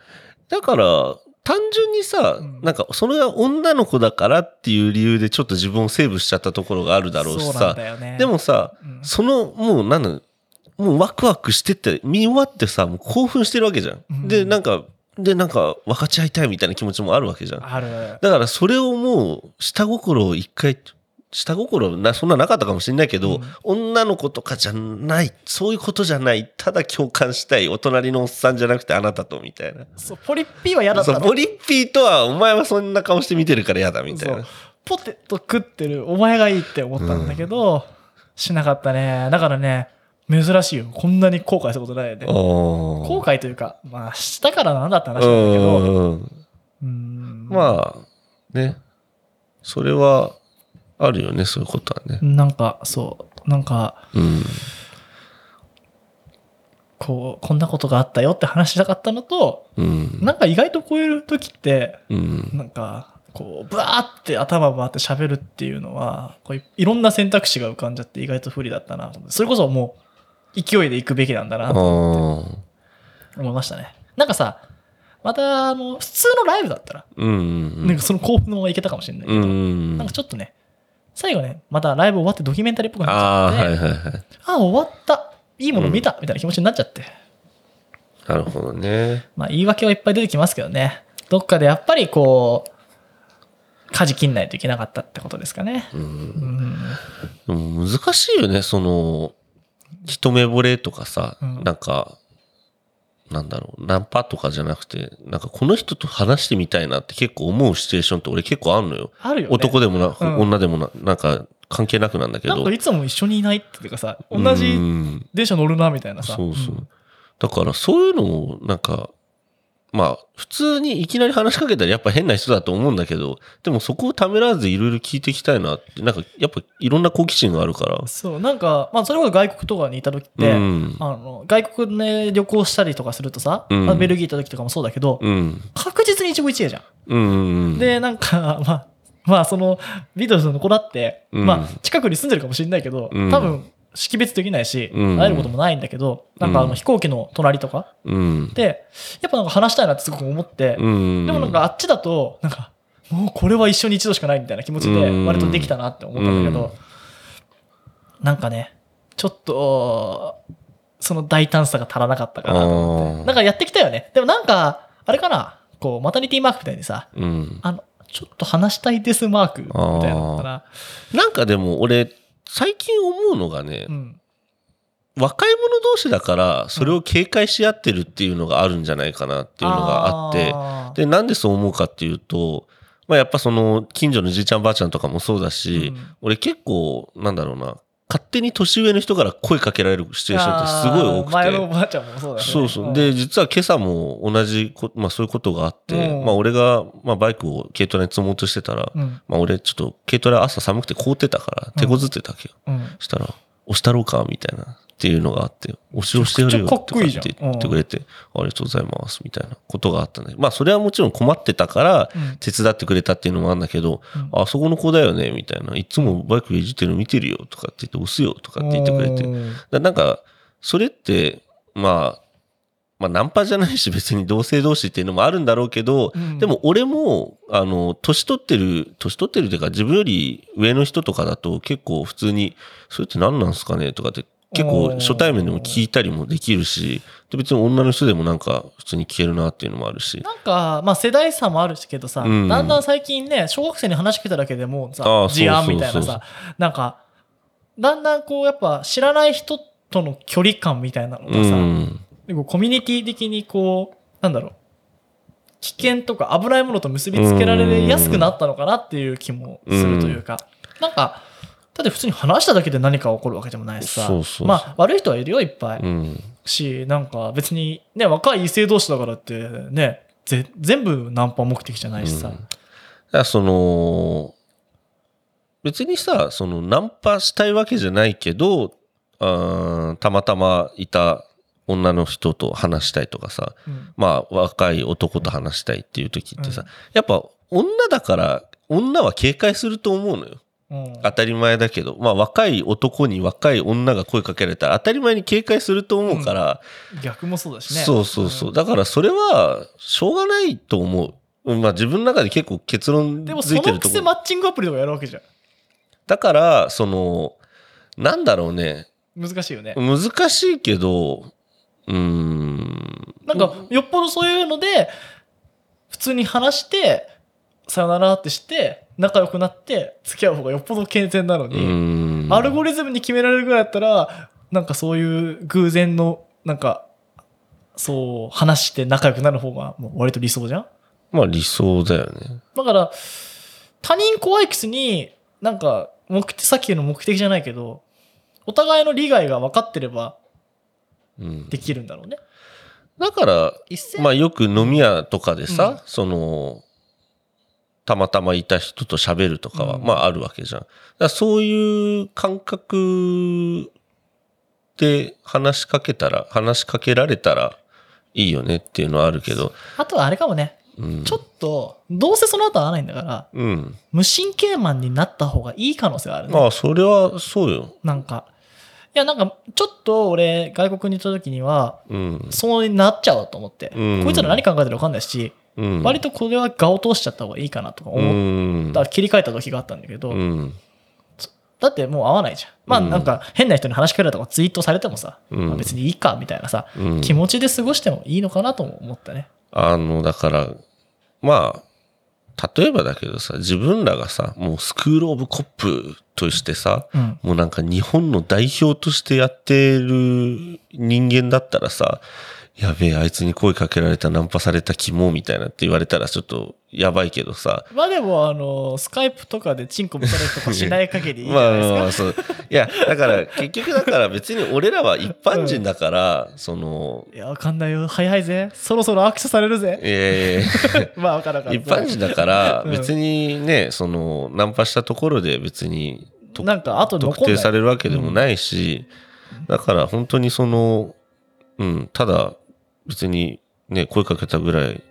A: だから単純にさ、
B: うん
A: なんかそれが女の子だからっていう理由でちょっと自分をセーブしちゃったところがあるだろうし
B: そうなん
A: さ
B: だよね。
A: でもさ
B: うん、
A: そのもうなんだもうワクワクしてて見終わってさもう興奮してるわけじゃん、
B: うん
A: でなんかでなんか分かち合いたいみたいな気持ちもあるわけじゃん
B: ある。
A: だからそれをもう下心を一回下心なそんななかったかもしれないけど、
B: うん
A: 女の子とかじゃないそういうことじゃないただ共感したいお隣のおっさんじゃなくてあなたとみたいな
B: そう、ポリッピーは嫌だった
A: そう
B: の
A: ポリッピーとはお前はそんな顔して見てるから嫌だみたい
B: そう
A: な
B: ポテト食ってるお前がいいって思ったんだけど、しなかったねだからね珍しいよこんなに後悔したことないよね後
A: 後
B: 悔というかまあしたからなんだって話なんだけどうん
A: まあねそれはあるよねそういうことはね
B: なんかそうなんか
A: うん
B: こうこんなことがあったよって話したかったのと
A: うん
B: なんか意外とこういう時って
A: うん
B: なんかこうブワーって頭回って喋るっていうのはこういいろんな選択肢が浮かんじゃって意外と不利だったなと思ってそれこそもう勢いで行くべきなんだな
A: あ
B: って
A: ー
B: 思いましたね。なんかさ、また、あの、普通のライブだったら、
A: うんう
B: なん
A: ん
B: かその興奮のままいけたかもしれないけ
A: う
B: ど、
A: んうん
B: なんかちょっとね、最後ね、またライブ終わってドキュメンタリーっぽくな
A: あ
B: っ
A: あー
B: ち
A: は
B: ゃって、
A: いはいはい
B: ああ、終わった、いいもの見た、みたいな気持ちになっちゃって、
A: なるほどね。
B: まあ言い訳はいっぱい出てきますけどね、どっかでやっぱりこう、舵切んないといけなかったってことですかね。
A: うん、
B: うん。
A: でも難しいよね、その、一目惚れとかさ、
B: うん
A: なんか、なんだろう、ナンパとかじゃなくて、なんかこの人と話してみたいなって結構思うシチュエーションって俺結構あんのよ。
B: あるよね。
A: 男でもなく、
B: うん
A: 女でもな、なんか関係なくなんだけ
B: な
A: ど
B: んか。いつも一緒にいないっていうかさ、同じ
A: うん
B: 電車乗るな、みたいなさ。
A: そうそう。
B: ん
A: だからそういうのも、なんか、まあ、普通にいきなり話しかけたらやっぱ変な人だと思うんだけど、でもそこをためらわずいろいろ聞いていきたいなって、なんかやっぱいろんな好奇心があるから。
B: そう、なんか、まあそれこそ外国とかにいた時って、
A: うん
B: あの外国で旅行したりとかするとさ、
A: うん
B: まあベルギー行った時とかもそうだけど、
A: うん。
B: 確実に一期一会じゃん。
A: うんうんうん。
B: で、なんか、 まあ、まあ、その、ビートルズの子だって、
A: うん
B: まあ、近くに住んでるかもしれないけど、
A: うん
B: 多分、識別できないし、
A: うん
B: 会えることもないんだけど、なんかあ
A: う
B: の
A: ん
B: 飛行機の隣とか
A: うん。
B: で、やっぱなんか話したいなってすごく思って、
A: うん。
B: でもなんかあっちだと、なんか、もうこれは一生に一度しかないみたいな気持ちで
A: う、ん
B: 割とできたなって思ったんだけど、なんかね、ちょっと、その大胆さが足らなかったかなと思っ
A: あ
B: て。
A: ー
B: なんかやってきたよね。でもなんか、あれかな、こう、マタニティマークみたいにさ、
A: うん。
B: あの、ちょっと話したいですマークみたいなのかな。
A: なんかでも俺、最近思うのがね
B: う、ん。
A: 若い者同士だから、それを警戒し合ってるっていうのがあるんじゃないかなっていうのがあって、
B: あー
A: で、なんでそう思うかっていうと、まあやっぱその、近所のじいちゃんばあちゃんとかもそうだし、
B: うん
A: 俺結構、なんだろうな、勝手に年上の人から声かけられるシチュエーションってすごい多くて。
B: あー前のおばあちゃんもそうだね。
A: そうそ
B: ん
A: う。、で、実は今朝も同じこ、まあそういうことがあって、
B: うん
A: まあ俺が、まあバイクを軽トラに積もうとしてたら、
B: うん。
A: まあ俺ちょっと軽トラ朝寒くて凍ってたから、手こずってたわけよ。
B: うん。
A: そしたら、押したろうかみたいな、っていうのがあって、押し押してやるよ
B: めちゃ
A: とか
B: くちゃかっこいい
A: っ
B: じゃん
A: て言ってくれて、ありがとうございます、みたいなことがあったんだけど、まあそれはもちろん困ってたから、
B: うん
A: 手伝ってくれたっていうのもあるんだけど、
B: うん
A: あそこの子だよね、みたいな。いつもバイクいじってるの見てるよ、とかって言って、押すよ、とかって言ってくれて、
B: うん
A: だなんか、それって、まあ、まあ、ナンパじゃないし、別に同性同士っていうのもあるんだろうけど、
B: うん
A: でも俺も、あの、年取ってる、年取ってるというか、自分より上の人とかだと、結構普通に、それって何なんすかねとかって、結
B: お
A: 構
B: ー
A: 初対面でも聞いたりもできるし、で別に女の人でもなんか普通に消えるなっていうのもあるし。
B: なんか、まあ、世代差もあるけどさ、
A: うん
B: だんだん最近ね小学生に話しかけただけでもうさ
A: ああ
B: 事案みたい
A: そ
B: な
A: うそう
B: さなんかだんだんこうやっぱ知らない人との距離感みたいなの
A: う
B: がさ、
A: ん。
B: でこうコミュニティ的にこうなんだろう危険とか危ないものと結びつけられやすくなったのかなっていう気もするというか、なんかだって普通に話しただけで何か起こるわけでもないしさ
A: そうそうそう
B: まあ悪い人はいるよいっぱい、
A: うん。
B: し、なんか別にね、若い異性同士だからってね、ぜ全部ナンパ目的じゃないしさ。
A: うんだからその別にさそのナンパしたいわけじゃないけどあーたまたまいた女の人と話したいとかさ、
B: うん
A: まあ若い男と話したいっていう時ってさ、
B: うん
A: やっぱ女だから女は警戒すると思うのよ。
B: うん
A: 当たり前だけど、まあ若い男に若い女が声かけられたら当たり前に警戒すると思うから、
B: 逆もそうだしね。
A: そうそうそう。
B: ん
A: だからそれはしょうがないと思う。うんまあ自分の中で結構結論づ
B: でもそ
A: いてると
B: のく
A: こ
B: せ
A: ろ。
B: マッチングアプリとかやるわけじゃん。
A: だから、その、なんだろうね。
B: 難しいよね。
A: 難しいけど、うーん。
B: なんか、よっぽどそういうので、普通に話して、さよならってして、仲良くなって、付き合う方がよっぽど健全なの
A: う
B: に、
A: ーん。
B: アルゴリズムに決められるぐらいだったら、なんかそういう偶然の、なんか、そう、話して仲良くなる方が、もう割と理想じゃん
A: まあ理想だよね。
B: だから、他人怖いくせに、なんか、目的、さっきの目的じゃないけど、お互いの利害が分かってれば
A: うん。
B: できるんだろうね。
A: だから、
B: 一斉
A: まあよく飲み屋とかでさ、
B: うん
A: その、たまたまいた人と喋るとかは、
B: うん
A: まああるわけじゃん。だからそういう感覚で話しかけたら、話しかけられたらいいよねっていうのはあるけど、
B: あとはあれかもね、
A: うん。
B: ちょっと、どうせその後会わないんだから、
A: うん。
B: 無神経マンになった方がいい可能性はあるね。
A: まあそれはそうよ。
B: なんか、いやなんか、ちょっと俺、外国に行った時には、
A: うん。
B: そうなっちゃうと思って、
A: うん
B: こいつら何考えてるか分かんないし、
A: うん。
B: 割とこれは画を通しちゃった方がいいかなとか思っ
A: うん
B: た、切り替えた時があったんだけど、
A: うん。
B: だってもう会わないじゃん。まあ
A: うん
B: なんか変な人に話しかけられたとかツイートされてもさ、
A: うん
B: まあ別にいいかみたいなさ、
A: うん
B: 気持ちで過ごしてもいいのかなとも思ったね。
A: あの、だから、まあ、例えばだけどさ、自分らがさ、もうスクールオブコップとしてさ、
B: うん。
A: もうなんか日本の代表としてやってる人間だったらさ、やべえ、あいつに声かけられた、ナンパされた、キモみたいなって言われたらちょっとやばいけどさ、
B: まあでもあの、スカイプとかでチンコ見されるとかしない限りいい じゃ
A: ま
B: な
A: あ
B: い
A: まあま
B: で
A: あ
B: す
A: そう。いや、だから結局だから別に俺らは一般人だから、その、
B: か。いや、わかんないよ。早いぜ。そろそろ握手されるぜ。
A: ええ
B: まあわからんから
A: 一般人だから
B: うん
A: 別にね、そのナンパしたところで別にと
B: なんか後に
A: 特
B: 残
A: 定
B: んな
A: さ
B: い。
A: れるわけでもないし、だから本当にそのうんただ別にね声かけたぐらい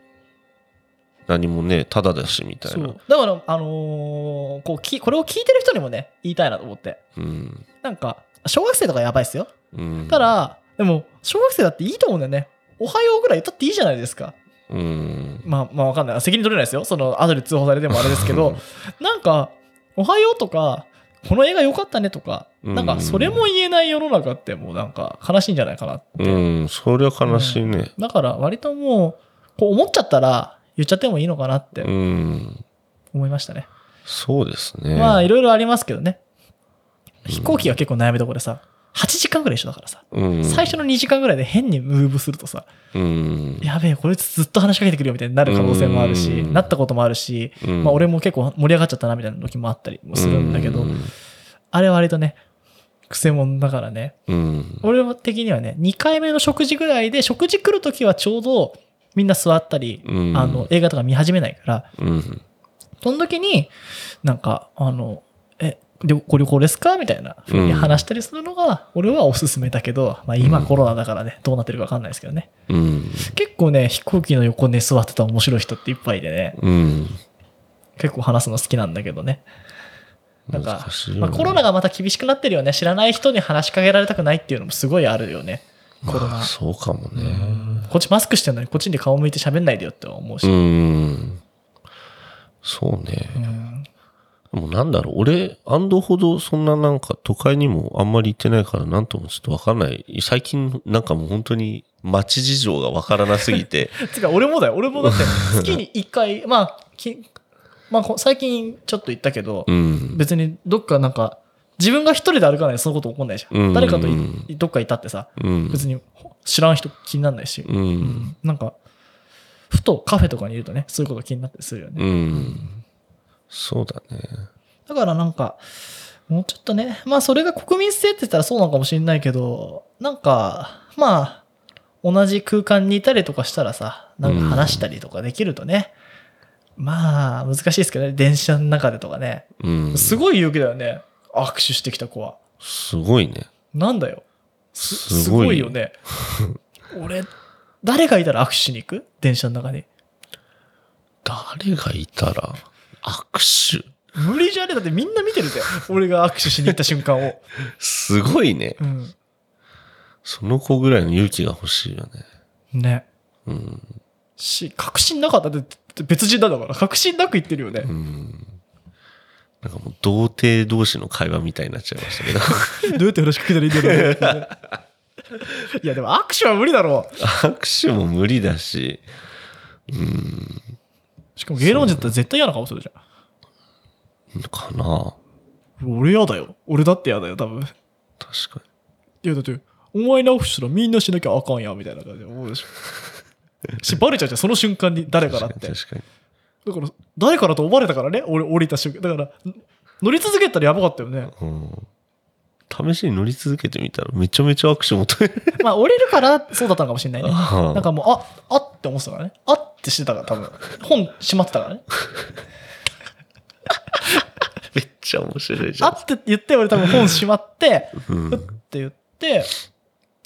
A: 何もねただだしみたい
B: そ
A: な
B: う。だから、あのーこうき、これを聞いてる人にもね、言いたいなと思って。
A: うん、
B: なんか、小学生とかやばいっすよ。
A: うん、
B: ただ、でも、小学生だっていいと思うんだよね。おはようぐらい言ったっていいじゃないですか。
A: うん
B: まあ、まあ、わかんない。責任取れないですよ。その、後で通報されてもあれですけど、 なんか、おはようとか、この映画良かったねとか、
A: うん
B: なんか、それも言えない世の中って、もうなんか、悲しいんじゃないかなって。
A: うんそりゃ悲しいね
B: だから、割ともう、こう思っちゃったら、言っちゃってもいいのかなっ
A: うん、
B: て思いましたね。
A: そうですね
B: まあ、いろいろありますけどね。飛行機が結構悩みどころでさ、8時間ぐらい一緒だからさ、
A: うん、
B: 最初の2時間ぐらいで 変にムーブするとさ、
A: うん、
B: やべえ、こいつずっと話しかけてくるよみたいになる可能性もあるし、
A: うん
B: なったこともあるし、
A: うん
B: まあ俺も結構盛り上がっちゃったなみたいな時もあったりもするんだけど、
A: うん
B: あれは割とね、くせ者だからね。
A: うん
B: 俺的にはね、2回目の食事ぐらいで、食事来る時はちょうどみんな座ったり、
A: うん
B: あの映画とか見始めないから、
A: うん
B: その時に、なんか、あの、え、旅ご旅行ですかみたいなふうに話したりするのが、俺はおすすめだけど、まあ今コロナだからね、どうなってるかわかんないですけどね。
A: うん
B: 結構ね、飛行機の横に座ってた面白い人っていっぱいでね、
A: うん
B: 結構話すの好きなんだけどね。なんか
A: 難しいよね
B: まあ、コロナがまた厳しくなってるよね。知らない人に話しかけられたくないっていうのもすごいあるよね。コロナ。
A: まあそうかもね、
B: こっちマスクしてるのにこっちに顔向いて喋んないでよって思う
A: う
B: し。
A: ん。そうね。
B: うん
A: もうなんだろう。俺、安藤ほどそんななんか都会にもあんまり行ってないからなんともちょっとわかんない。最近なんかもう本当に街事情がわからなすぎて。
B: つうか俺もだよ。俺もだ って月に1回、まあ、きまあこ最近ちょっと言ったけど
A: う、ん。
B: 別にどっかなんか、自分が一人で歩かないとそのこと起こんないじゃ。
A: うんん
B: 誰かといどっかいたってさ、
A: うん。
B: 別に知らん人気にならないし。
A: うん。
B: なんか、ふとカフェとかにいるとね、そういうこと気になったりするよね。
A: うん。そうだね。
B: だからなんか、もうちょっとね、まあそれが国民性って言ったらそうなのかもしれないけど、なんか、まあ、同じ空間にいたりとかしたらさ、なんか話したりとかできるとね、まあ難しいですけどね、電車の中でとかね。
A: うん。
B: す
A: す
B: ごい勇気だよね、握手してきた子は。
A: ごいね。
B: なんだよ。
A: す
B: す
A: ごい
B: ごいよね。俺、誰がいたら握手しに行く電車の中で。
A: 誰がいたら握手
B: 無理じゃねえだってみんな見てるぜ。俺が握手しに行った瞬間を。
A: すごいね。
B: うん。
A: その子ぐらいの勇気が欲しいよね。
B: ね。
A: うん。
B: し、確信なかったって別人なんだから。確信なく言ってるよね
A: う。ん。なんかもう童貞同士の会話みたいになっちゃいましたけど。
B: どうやって話しかけたらいいんだろうねいや、でも握手は無理だろう。
A: 握手も無理だし。うん。
B: しかも芸能人だったら絶対嫌な顔するじゃん。
A: かな
B: 俺嫌だよ。俺だって嫌だよ、多分。
A: 確か
B: いや、だって、お前の握手したらみんなしなきゃあかんや、みたいな感じで思うでしょ。し、バレちゃうじゃん、その瞬間に誰
A: に。
B: からっ
A: 確か
B: て。
A: に確かに。
B: だから、誰からと思われたからね、俺降りた瞬間。だから、ん乗り続けたらやばかったよね。
A: うん。試しに乗り続けてみたらめちゃめちゃ握手も取れる。
B: まあ、降りるからそうだったのかもしれないね。
A: あー
B: なんかもう、ああって思ってたからね。あってしてたから、多分。本閉まってたからね。
A: めっちゃ面白いじゃ
B: あ
A: ん。
B: って言って、俺多分本閉まって、
A: う
B: ふっ
A: ん。
B: て言って、っ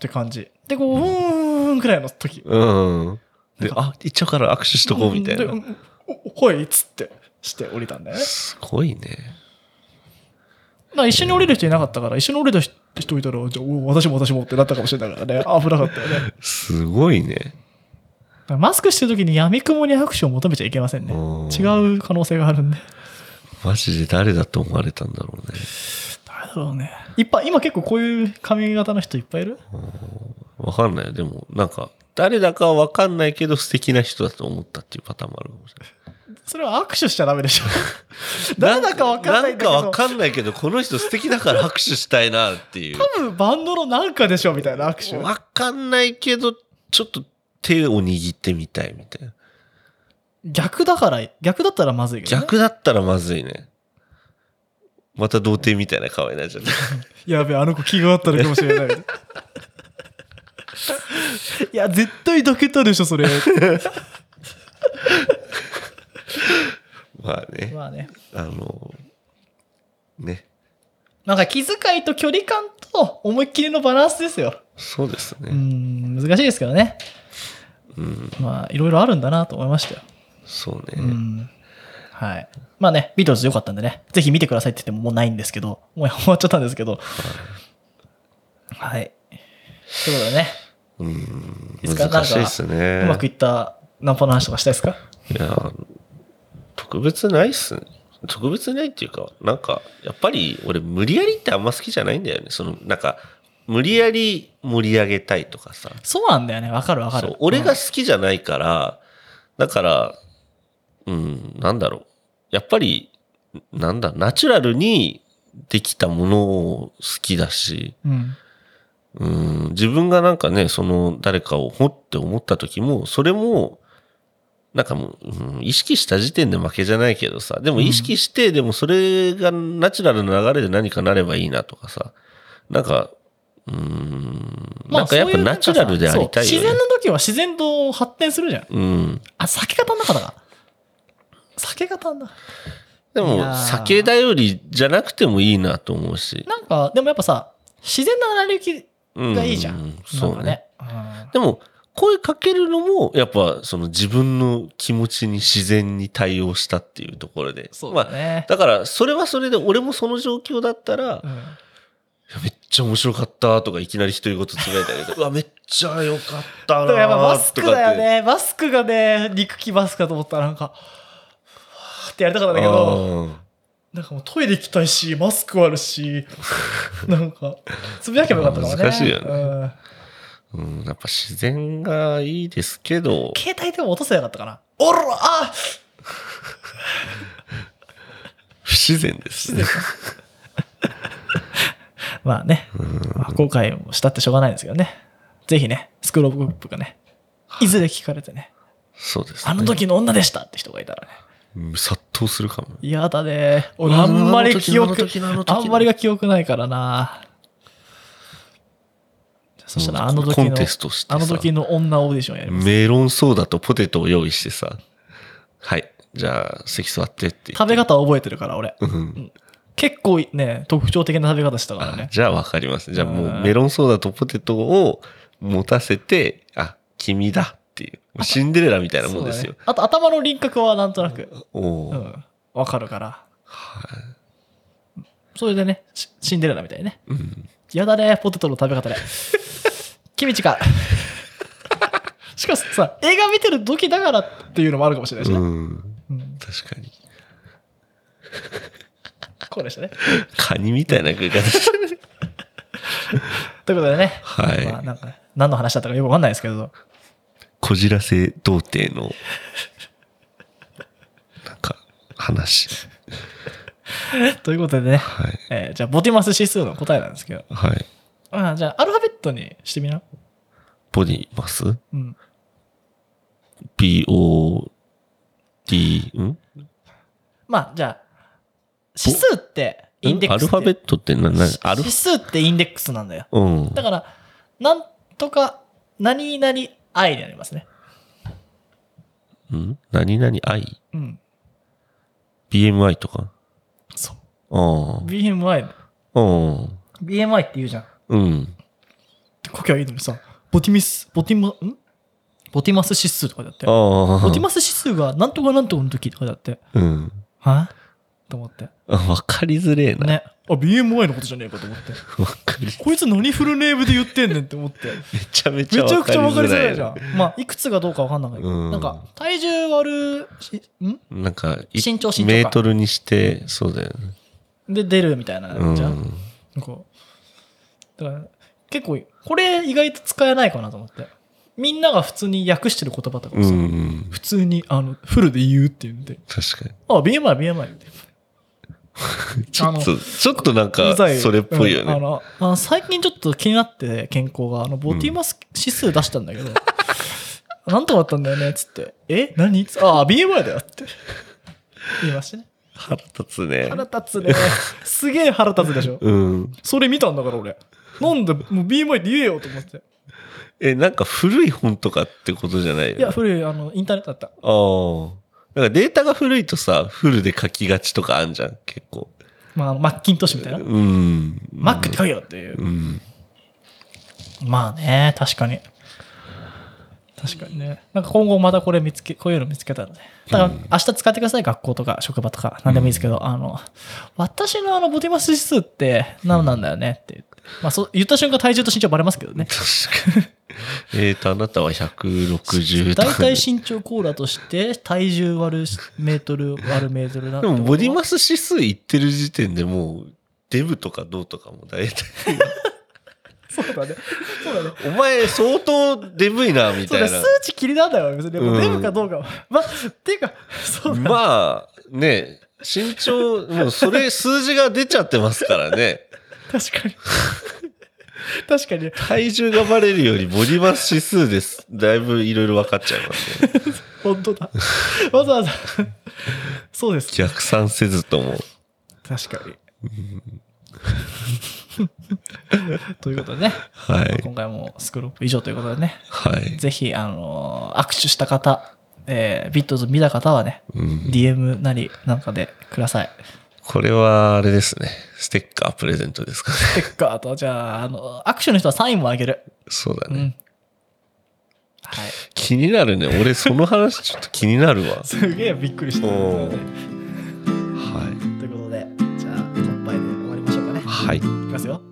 B: て感じ。で、こう、うーんくらいの時。
A: うん。で、あ、一応から握手しとこうみたい
B: で
A: な。
B: んおはいっつってして降りたんだよね。
A: すごいね。
B: まあ一緒に降りる人いなかったから、一緒に降りた人人いたら、じゃあ、お私も私もってなったかもしれないからね。危なかったよね。だか
A: すごいね。
B: らマスクしてる時に闇雲に拍手を求めちゃいけませんね。
A: うん
B: 違う可能性があるんで。
A: マジで誰だと思われたんだろうね。
B: 誰だろうね。いっぱい、今結構こういう髪型の人いっぱいいる
A: わかんないよ。でも、なんか、誰だかはわかんないけど素敵な人だと思ったっていうパターンもあるかもしれない。
B: それは握手しちゃダメでしょ。 誰だかわかんないんだけど
A: なんかわかんないけど、この人素敵だから握手したいなっていう。
B: 多分バンドのなんかでしょみたいな握手。
A: わかんないけど、ちょっと手を握ってみたいみたいな。
B: 逆だから、逆だったらまずいけど、ね。
A: 逆だったらまずいね。また童貞みたいな顔になっちゃった。
B: やべえ、あの子気があったのかもしれない。 いや、絶対どけたでしょ、それ。
A: まあね。
B: まあね。
A: あの、ね。
B: なんか気遣いと距離感と思いっきりのバランスですよ。
A: そうですね。
B: うん、難しいですけどね。
A: うん、
B: まあ、いろいろあるんだなと思いましたよ。
A: そうね。
B: うん。はい。まあね、ビートルズ良かったんでね、ぜひ見てくださいって言ってももうないんですけど、もう終わっちゃったんですけど。はい。ということでね、
A: うん、
B: いつか
A: 難しいですね。
B: うまくいったナンパの話とかしたいですか
A: いや、特別ないっすね。特別ないっていうか、なんか、やっぱり俺、無理やりってあんま好きじゃないんだよね。その、なんか、無理やり盛り上げたいとかさ。
B: そうなんだよね、わかるわか
A: そ
B: る
A: う。俺が好きじゃないから、だから、うん、なんだろう。やっぱり、なんだ、ナチュラルにできたものを好きだし、
B: うん。
A: うん、自分がなんかね、その誰かをほって思った時も、それも、なんかもう、うん意識した時点で負けじゃないけどさ、でも意識して、でもそれがナチュラルな流れで何かなればいいなとかさ、なんか、うん、
B: まあ
A: なんかやっぱナチュラルでありたい
B: そう
A: よ
B: 自然
A: ね。
B: の時は自然と発展するじゃん。
A: うん。
B: あ、避け方の中だから。避け方の中。
A: で
B: い
A: も
B: やー、
A: 酒頼りじゃなくてもいいなと思うし。
B: なんか、でもやっぱさ、自然な成り行き
A: うん
B: がいいじゃん。
A: そう
B: なんか
A: ね。
B: ね。
A: でも、声かけるのも、やっぱ、その自分の気持ちに自然に対応したっていうところで。
B: そう
A: ま
B: だ
A: あ、
B: ね。
A: だから、それはそれで、俺もその状況だったら、い
B: うん
A: やめっちゃ面白かったとか、いきなり独り言つぶやいてあげ て、うわ、めっちゃ良かった
B: でもやっぱ
A: な
B: マ
A: ー
B: ス
A: と
B: ク
A: かって。
B: だよね。マスクがね、憎きマスクだと思ったらなんか、ふわーってやりたかったんだけど、
A: うん。
B: なんかもうトイレ行きたいし、マスクあるし、 なんか、つぶやけばよかったかもね。
A: 難しいよね
B: うん
A: うん、やっぱ自然がいいですけど、
B: 携帯でも落とせなかったかな。おらあ
A: 不自然です ね。
B: まあね、まあ後悔もしたってしょうがないですけどね。ぜひね、スクールオブコップがね、いずれ聞かれてね、
A: そうですね。
B: あの時の女でしたって人がいたらね、
A: うん殺到するかも。
B: 嫌だね。
A: う
B: 俺
A: わ
B: あんまり記
A: あの
B: 憶
A: 時のあの、時の
B: あんまりが記憶ないからな。そしたらあの時
A: コ
B: の
A: ンテストしてさ
B: あの時の女オーディションやります。
A: メロンソーダとポテトを用意してさ、はい、じゃあ席座ってって言って。
B: 食べ方は覚えてるから俺。
A: うん。
B: 結構ね、特徴的な食べ方したから
A: あ
B: ね。
A: じゃあわかります。じゃあも
B: う
A: うんメロンソーダとポテトを持たせて、あ、君だっていう。もうシンデレラみたいなもんですよ
B: そ。うだねあと頭の輪郭はなんとなく、
A: おお、
B: うん、わかるから。
A: はい
B: それでね、シシンデレラみたいにね。
A: うん
B: やだね、ポテトの食べ方で。君ちか。しかしさ、映画見てる時だからっていうのもあるかもしれないしね。
A: うん。
B: うん、
A: 確かに。
B: こうでしたね。
A: カニみたいな食い方してる。
B: ということでね、
A: はい
B: まあなんか何の話だったかよくわかんないですけど、
A: こじらせ童貞の、なんか、話。
B: ということでね、
A: はい。
B: えーじゃあボティマス指数の答えなんですけど、
A: はい。
B: あーじゃあアルファベットにしてみな。
A: ボディマス
B: うん。
A: ?P-O-D、ん
B: まあじゃあ、指数ってインデックス
A: アルファベット
B: ト
A: ってな、な、アルフ
B: 指数ってインデックスなんだよ。
A: うん
B: だ。から、なんとか、何々 i になりますね。
A: うん何々 I?
B: うん。
A: BMI とか
B: そう。
A: あ
B: BMI。
A: あ。うん。
B: BMI って言うじゃん。
A: うん。
B: 書きゃいいのにさ、ボティミス、ボティマ、んボティマス指数とかだって。ボ
A: ああ。
B: ティマス指数がなんとかなんとかの時とかだって。
A: うん。
B: はと思って。
A: あわかりづれえな。
B: ね。あ、BMI のことじゃねえかと 思って。
A: わかり、
B: こいつ何フルネームで言ってんねんって 思って。
A: めちゃめちゃ
B: めちゃ
A: わ
B: く
A: か
B: ち
A: り
B: ゃ分かり
A: づ
B: づら
A: ら
B: い
A: い
B: じゃ。
A: なん
B: まあ、いくつがどうか分かんないけ
A: う
B: ど。
A: ん
B: なんか、体重割るし、ん
A: なんか、い
B: 身長身長か
A: メートルにして、そうだよね。
B: で出るみたいな
A: う
B: じゃん。
A: ん。
B: なんか、だから結構、これ意外と使えないかなと思って。みんなが普通に訳してる言葉とか
A: う
B: もさ、
A: ん。
B: 普通にあのフルで言うっていうんで、
A: 確かに。
B: あ、BMI、BMI って。
A: ちょっと、ちょっとなん
B: う
A: か
B: ざ、い
A: それっぽいよ
B: うんあ
A: ね。
B: のあの最近ちょっと気になって、健康が、あのボディマス指数出したんだけど、 なんとかだったんだよね、つって。え何つってあ、BMI だよって。言いましたね。
A: 腹立つね。
B: 腹立つね。すげえ腹立つでしょ。
A: うん。
B: それ見たんだから俺。なんで、もう BMI って言えよと思って。
A: え、なんか古い本とかってことじゃないよ
B: い
A: ね。
B: や、古い、あの、インターネットだった。
A: ああ。なんかデータが古いとさ、フルで書きがちとかあんじゃん、結構。
B: まあ、マッキントッシュみたいな。
A: うん。
B: マックって書いよっていう。
A: うん。
B: まあね、確かに。確かにね。なんか今後またこれ見つけ、こういうの見つけたらね。だから明日使ってください、学校とか職場とか、なんでもいいですけど、あの、私のあのボディマス指数って何なんだよねって言って。まあそう、言った瞬間体重と身長バレますけどね。
A: 確かに。えっと、あな たは160と
B: 大
A: か。
B: 体身長コーラとして、体重割るメートル割るメートルだ
A: でも、ボディマ
B: ス
A: ス指数いってる時点でもう、デブとかどうとかも大体。
B: そうだね。そうだね。
A: お前、相当デブいな、み
B: そ
A: た
B: うだ
A: い
B: 数
A: な。
B: 値切りなんだよ別にでも
A: うん
B: デブかどうかは、まあっていうかそうだね、
A: まあ、ね、身長、もうそれ、数字が出ちゃってますからね。
B: 確かに確かに
A: 体重がバレるよりボディマス指数です。だいぶいろいろ分かっちゃいますね。
B: 本当だわざわざそうです
A: 逆算せずとも。
B: 確かにということでね、
A: はい。
B: 今回もスクロープ以上ということでね
A: はい。
B: ぜひあのー握手した方、えービットズ見た方はね
A: うん
B: DM なりなんかでください
A: これはあれですね。ステッカープレゼントですかね。
B: てかあとじゃああの握手の人はサインもあげる
A: そうだ
B: う
A: ね。
B: んはい
A: 気になるね。俺その話ちょっと気になる わ。
B: すげえびっくりした。
A: おー
B: と
A: は
B: いうことで、じゃあ、乾杯で終わりましょうかね。
A: い。はい。
B: いきますよ。